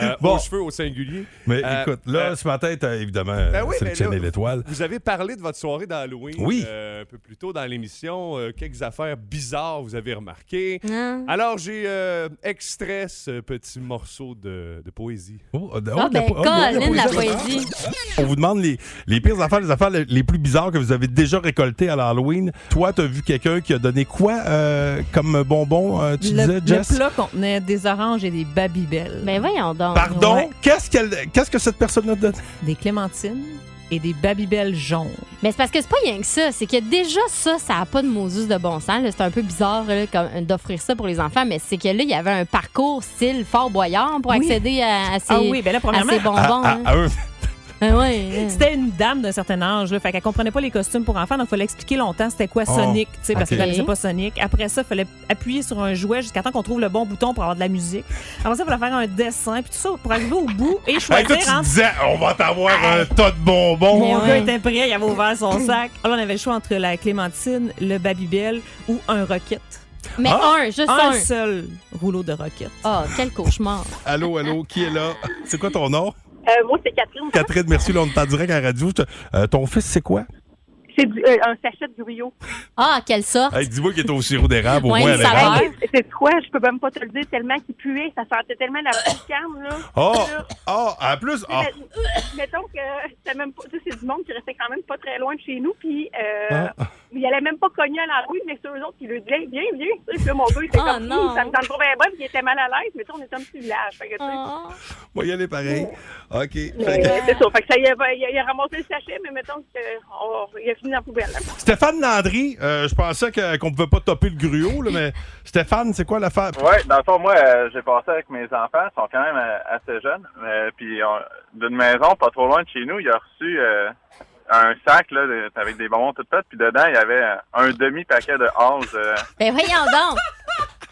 Speaker 15: euh,
Speaker 6: Bon.
Speaker 15: Aux cheveux au singulier.
Speaker 6: Mais
Speaker 15: Euh,
Speaker 6: écoute, là, ce matin, t'as évidemment euh,
Speaker 15: Ben oui, mais
Speaker 6: sélectionné
Speaker 15: là,
Speaker 6: l'étoile.
Speaker 15: Vous avez parlé de votre soirée d'Halloween
Speaker 6: Oui.
Speaker 15: euh, un peu plus tôt dans l'émission. euh, quelques affaires bizarres, vous avez remarqué.
Speaker 6: Ah,
Speaker 5: Ah,
Speaker 15: Alors, j'ai euh, extrait ce petit morceau de, de poésie.
Speaker 6: Ah, de la ben, po- ah, de la Colin, la poésie. On vous demande les, les pires affaires, les affaires les, les plus bizarres que vous avez déjà récoltées à l'Halloween. Toi, t'as vu quelqu'un qui a donné quoi euh, comme bonbon, euh, tu
Speaker 7: Le,
Speaker 6: disais,
Speaker 7: le
Speaker 6: Jess?
Speaker 7: plat contenait des oranges et des babybelles.
Speaker 5: Ben voyons donc.
Speaker 6: Pardon? Qu'est-ce qu'elle, qu'est-ce que cette personne a donné?
Speaker 7: Des clémentines et des babybelles jaunes.
Speaker 5: Mais c'est parce que c'est pas rien que ça. C'est que déjà, ça, ça n'a pas de Moses de bon sens. là. C'est un peu bizarre là, comme- euh, d'offrir ça pour les enfants, mais c'est que là, il y avait un parcours style Fort Boyard pour
Speaker 7: Oui.
Speaker 5: accéder à, à ces,
Speaker 7: Ah oui, ben là, premièrement-
Speaker 5: à ces bonbons.
Speaker 6: À-
Speaker 5: hein.
Speaker 6: à- à eux.
Speaker 5: Ah ouais.
Speaker 7: C'était une dame d'un certain âge, là, fait qu'elle comprenait pas les costumes pour enfants, donc il fallait expliquer longtemps c'était quoi
Speaker 5: Oh,
Speaker 7: Sonic, tu sais, parce
Speaker 5: ok.
Speaker 7: qu'elle connaissait pas Sonic. Après ça, il fallait appuyer sur un jouet jusqu'à temps qu'on trouve le bon bouton pour avoir de la musique. Après ça, il fallait faire un dessin, puis tout ça, pour arriver au bout et
Speaker 6: Hey, toi,
Speaker 7: choisir
Speaker 6: tu
Speaker 7: entre...
Speaker 6: disais, on va t'avoir un tas de bonbons.
Speaker 7: Mon gars était prêt, il avait ouvert son sac. Alors, on avait le choix entre la clémentine, le babybel ou un rocket.
Speaker 5: Mais Ah! un, juste un.
Speaker 7: seul rouleau de rocket.
Speaker 5: Ah, quel cauchemar.
Speaker 6: Allô, allô, qui est là? C'est quoi ton nom?
Speaker 13: Euh, moi, c'est Catherine.
Speaker 6: Catherine, merci, là, on est en direct à la radio. Je te- euh, ton fils, c'est quoi?
Speaker 13: C'est du- euh, un sachet de Rio.
Speaker 5: Ah, quelle sorte.
Speaker 6: Hey, dis-moi qu'il est au sirop d'érable, au
Speaker 5: Ouais,
Speaker 6: moins, à
Speaker 5: une
Speaker 6: l'érable.
Speaker 5: saveur.
Speaker 13: C'est quoi? Je peux même pas te le dire tellement qu'il puait. Ça sentait tellement la boucane, là.
Speaker 6: Oh,
Speaker 13: Là,
Speaker 6: oh, en plus, oh.
Speaker 13: tu sais, mais- Mettons que c'était même pas. tu sais, c'est du monde qui restait quand même pas très loin de chez nous. Puis,
Speaker 6: Ah.
Speaker 13: euh, il allait même pas cogner à la rue, mais sur eux autres, ils lui disaient, viens, viens. Tu sais, Puis là, mon gars, il était
Speaker 5: Oh,
Speaker 13: comme,
Speaker 5: non.
Speaker 13: Hum, ça me tente pas bien, bon, puis il était mal à l'aise. Mais tu sais, on était un petit village. Fait que, tu
Speaker 5: Ah.
Speaker 13: sais,
Speaker 6: on va y aller pareil. OK. Fait
Speaker 13: mais,
Speaker 6: que-
Speaker 13: euh, c'est ça. Fait que ça y avait- il a, il a ramassé le sachet, mais mettons qu'il a fini dans la poubelle. là.
Speaker 6: Stéphane Landry, euh, je pensais que- qu'on ne pouvait pas topper le gruau, là, mais Stéphane, c'est quoi l'affaire?
Speaker 14: Ouais, dans le fond, moi, euh, j'ai passé avec mes enfants. Ils sont quand même euh, assez jeunes. Euh, puis on- d'une maison pas trop loin de chez nous, il a reçu euh, un sac là, de- avec des bonbons toutes faites. Puis dedans, il y avait euh, un demi-paquet de 11. euh.
Speaker 5: Ben voyons donc.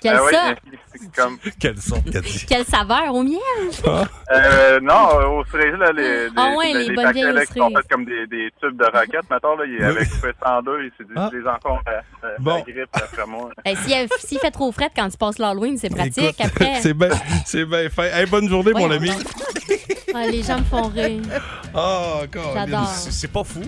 Speaker 5: Quelle
Speaker 14: Ah oui,
Speaker 5: sorte.
Speaker 14: c'est comme...
Speaker 6: Quelle sorte,
Speaker 5: Quelle saveur au miel.
Speaker 6: Ah,
Speaker 14: Euh, non, euh, aux cerises, là, les, les,
Speaker 5: Ah ouais,
Speaker 14: les-
Speaker 5: les
Speaker 14: les
Speaker 5: bonnes
Speaker 14: paquets
Speaker 5: vieilles
Speaker 14: là, qui sont
Speaker 5: cerises.
Speaker 14: faits comme des, des tubes de roquettes, mettons, là, il avait coupé ça en deux, il s'est dit, je les encore à,
Speaker 6: Bon.
Speaker 14: grippe, après moi.
Speaker 5: Ben, S'il s'il fait trop fret quand tu passes l'Halloween, c'est pratique.
Speaker 6: Écoute,
Speaker 5: Après,
Speaker 6: c'est bien c'est bien fait. Hey, bonne journée, mon
Speaker 5: Voyons
Speaker 6: ami.
Speaker 5: Ah, les gens me font rire.
Speaker 6: Ah, Euh,
Speaker 5: J'adore.
Speaker 15: C'est c'est pas fou.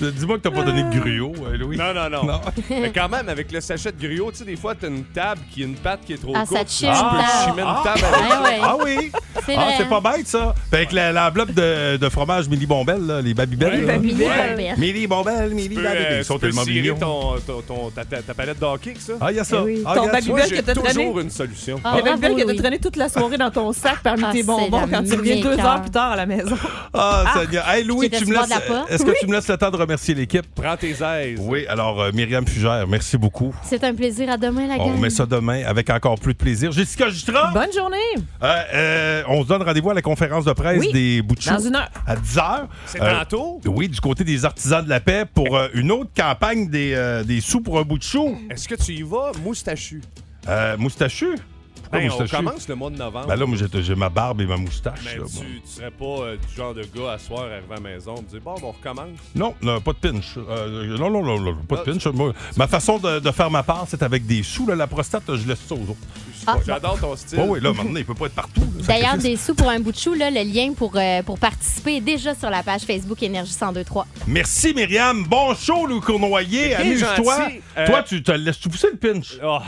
Speaker 6: Dis-moi que t'as pas donné de gruau, euh, Louis.
Speaker 15: Non, non, non.
Speaker 6: Non.
Speaker 15: Mais quand même, avec le sachet de griot, tu sais, des fois, t'as une table qui a une patte qui est trop
Speaker 5: Ah, ça
Speaker 15: courte.
Speaker 5: te chie une
Speaker 15: tu peux
Speaker 5: table.
Speaker 15: chimer une
Speaker 5: Ah.
Speaker 15: table avec
Speaker 5: Ah ouais.
Speaker 6: Ah oui!
Speaker 5: C'est
Speaker 6: Ah,
Speaker 5: vrai.
Speaker 6: c'est pas bête, ça! Fait avec la- l'enveloppe de, de fromage Milly Bombelle, là, les
Speaker 15: Ouais,
Speaker 6: Babybel.
Speaker 15: les Babybel.
Speaker 6: Milly Milly Bombelle, Milly
Speaker 15: Tu peux,
Speaker 6: Babybel.
Speaker 15: euh,
Speaker 6: Ils sont
Speaker 15: tu peux
Speaker 6: tellement
Speaker 15: cirer
Speaker 6: mignons.
Speaker 15: ton, ton, ton- ta, ta- ta palette de hockey, que ça.
Speaker 6: Ah, il y a ça. Eh oui. Ah, Ton regarde, tu vois,
Speaker 15: Moi,
Speaker 6: Babybel
Speaker 15: J'ai
Speaker 6: que t'as
Speaker 15: toujours
Speaker 6: traîné.
Speaker 15: une solution.
Speaker 7: Ah, le babybel que t'as traîné toute la soirée dans ton sac parmi
Speaker 5: Ah,
Speaker 7: tes bonbons
Speaker 5: c'est la hein.
Speaker 7: quand tu reviens deux
Speaker 5: meilleure.
Speaker 7: heures plus tard à la maison.
Speaker 6: Ah, Seigneur. Hey, Louis,
Speaker 7: J'étais
Speaker 6: tu me
Speaker 7: sur le
Speaker 6: laisses.
Speaker 7: bord de la porte.
Speaker 6: Est-ce que
Speaker 7: Oui.
Speaker 6: tu me laisses le temps de remercier l'équipe?
Speaker 15: Prends tes aises.
Speaker 6: Oui, alors, euh, Myriam Fugère, merci beaucoup.
Speaker 5: C'est un plaisir. À demain, la
Speaker 6: On
Speaker 5: gang.
Speaker 6: remet ça demain avec encore plus de plaisir. Jessica
Speaker 13: Ah.
Speaker 6: Jutra,
Speaker 7: Bonne journée.
Speaker 6: euh, euh, on se donne rendez-vous à la conférence de presse
Speaker 7: Oui,
Speaker 6: des bouts de
Speaker 7: dans
Speaker 6: chou
Speaker 7: une heure.
Speaker 6: À 10 h.
Speaker 15: C'est tantôt.
Speaker 6: Oui, du côté des artisans de la paix pour euh, une autre campagne des, euh, des sous pour un bout de chou.
Speaker 15: Est-ce que tu y vas moustachu?
Speaker 6: Euh, moustachu? Pourquoi
Speaker 15: Hey, on
Speaker 6: moustachu?
Speaker 15: commence le mois de novembre.
Speaker 6: Ben là, moi, j'ai- j'ai ma barbe et ma moustache.
Speaker 15: Mais
Speaker 6: là,
Speaker 15: tu,
Speaker 6: moi.
Speaker 15: tu serais pas euh, du genre de gars à soir arrivé à la maison et dire bon, ben, on recommence. Ah,
Speaker 6: Non, non, pas de pinch. Euh, non, non, non, non, pas de pinch. Moi, ma façon de, de faire ma part, c'est avec des sous. là. la prostate, je laisse ça aux autres.
Speaker 5: Ah.
Speaker 15: J'adore ton style.
Speaker 6: Oui, Bah oui, là, maintenant, il peut pas être partout. là.
Speaker 5: D'ailleurs, des sous pour un bout de chou, là, le lien pour, euh, pour participer est déjà sur la page Facebook Énergie 1023.
Speaker 6: Merci, Myriam. Bon show, Lou Cournoyer.
Speaker 15: T'es bien
Speaker 6: Amuse-toi.
Speaker 15: gentil. Euh,
Speaker 6: Toi, tu te laisses tu pousser le pinch.
Speaker 15: Ah.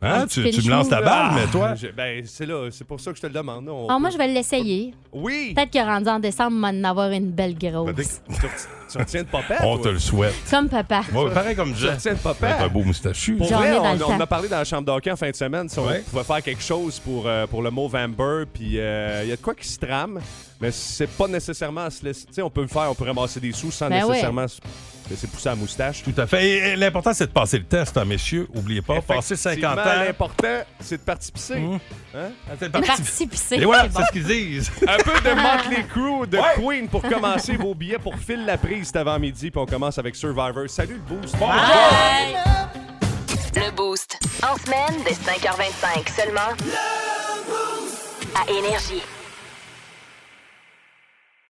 Speaker 6: Hein,
Speaker 5: Un
Speaker 6: tu,
Speaker 5: petit
Speaker 6: tu me lances ta balle,
Speaker 15: Ah,
Speaker 6: mais toi.
Speaker 15: je- ben, c'est là, c'est pour ça que je te le demande.
Speaker 10: Oh.
Speaker 15: là, on
Speaker 5: Ah, moi,
Speaker 15: peut-
Speaker 5: je vais l'essayer.
Speaker 15: Oui!
Speaker 5: Peut-être que rendu en décembre, on va en avoir une belle grosse.
Speaker 15: Tu
Speaker 5: Ah.
Speaker 15: reti- tu retiens de papa?
Speaker 6: On
Speaker 15: toi?
Speaker 6: te le souhaite.
Speaker 5: Comme papa.
Speaker 6: Ouais, pareil comme
Speaker 15: Tu
Speaker 6: Jean.
Speaker 15: retiens de papa?
Speaker 6: Avec un beau moustachu.
Speaker 15: Pour
Speaker 5: J'en ai
Speaker 15: vrai,
Speaker 5: dans le
Speaker 15: on, on
Speaker 5: temps.
Speaker 15: a parlé dans la chambre d'hockey en fin de semaine, si on pouvait faire quelque chose pour, euh, pour le Movember, puis euh, il y a de quoi qui se trame, mais c'est pas nécessairement à se laisser. Tu sais, on peut le faire, on peut ramasser des sous sans
Speaker 5: Ben ouais.
Speaker 15: nécessairement se laisser pousser la moustache.
Speaker 6: Tout à fait. Et- et L'important, c'est de passer le test, hein, messieurs. Oubliez pas, passer 50 ans. Mmh.
Speaker 15: Effectivement, L'important, c'est de participer. Hein?
Speaker 6: C'est
Speaker 5: Participer.
Speaker 6: Et voilà, c'est ce qu'ils disent.
Speaker 15: Un peu de Motley Crue, de Queen pour commencer vos billets pour fil la prise cet avant-midi, puis on commence avec Survivor. Salut le boost!
Speaker 8: Ah!
Speaker 4: Le Boost. En semaine, dès 5h25 seulement. À Énergie.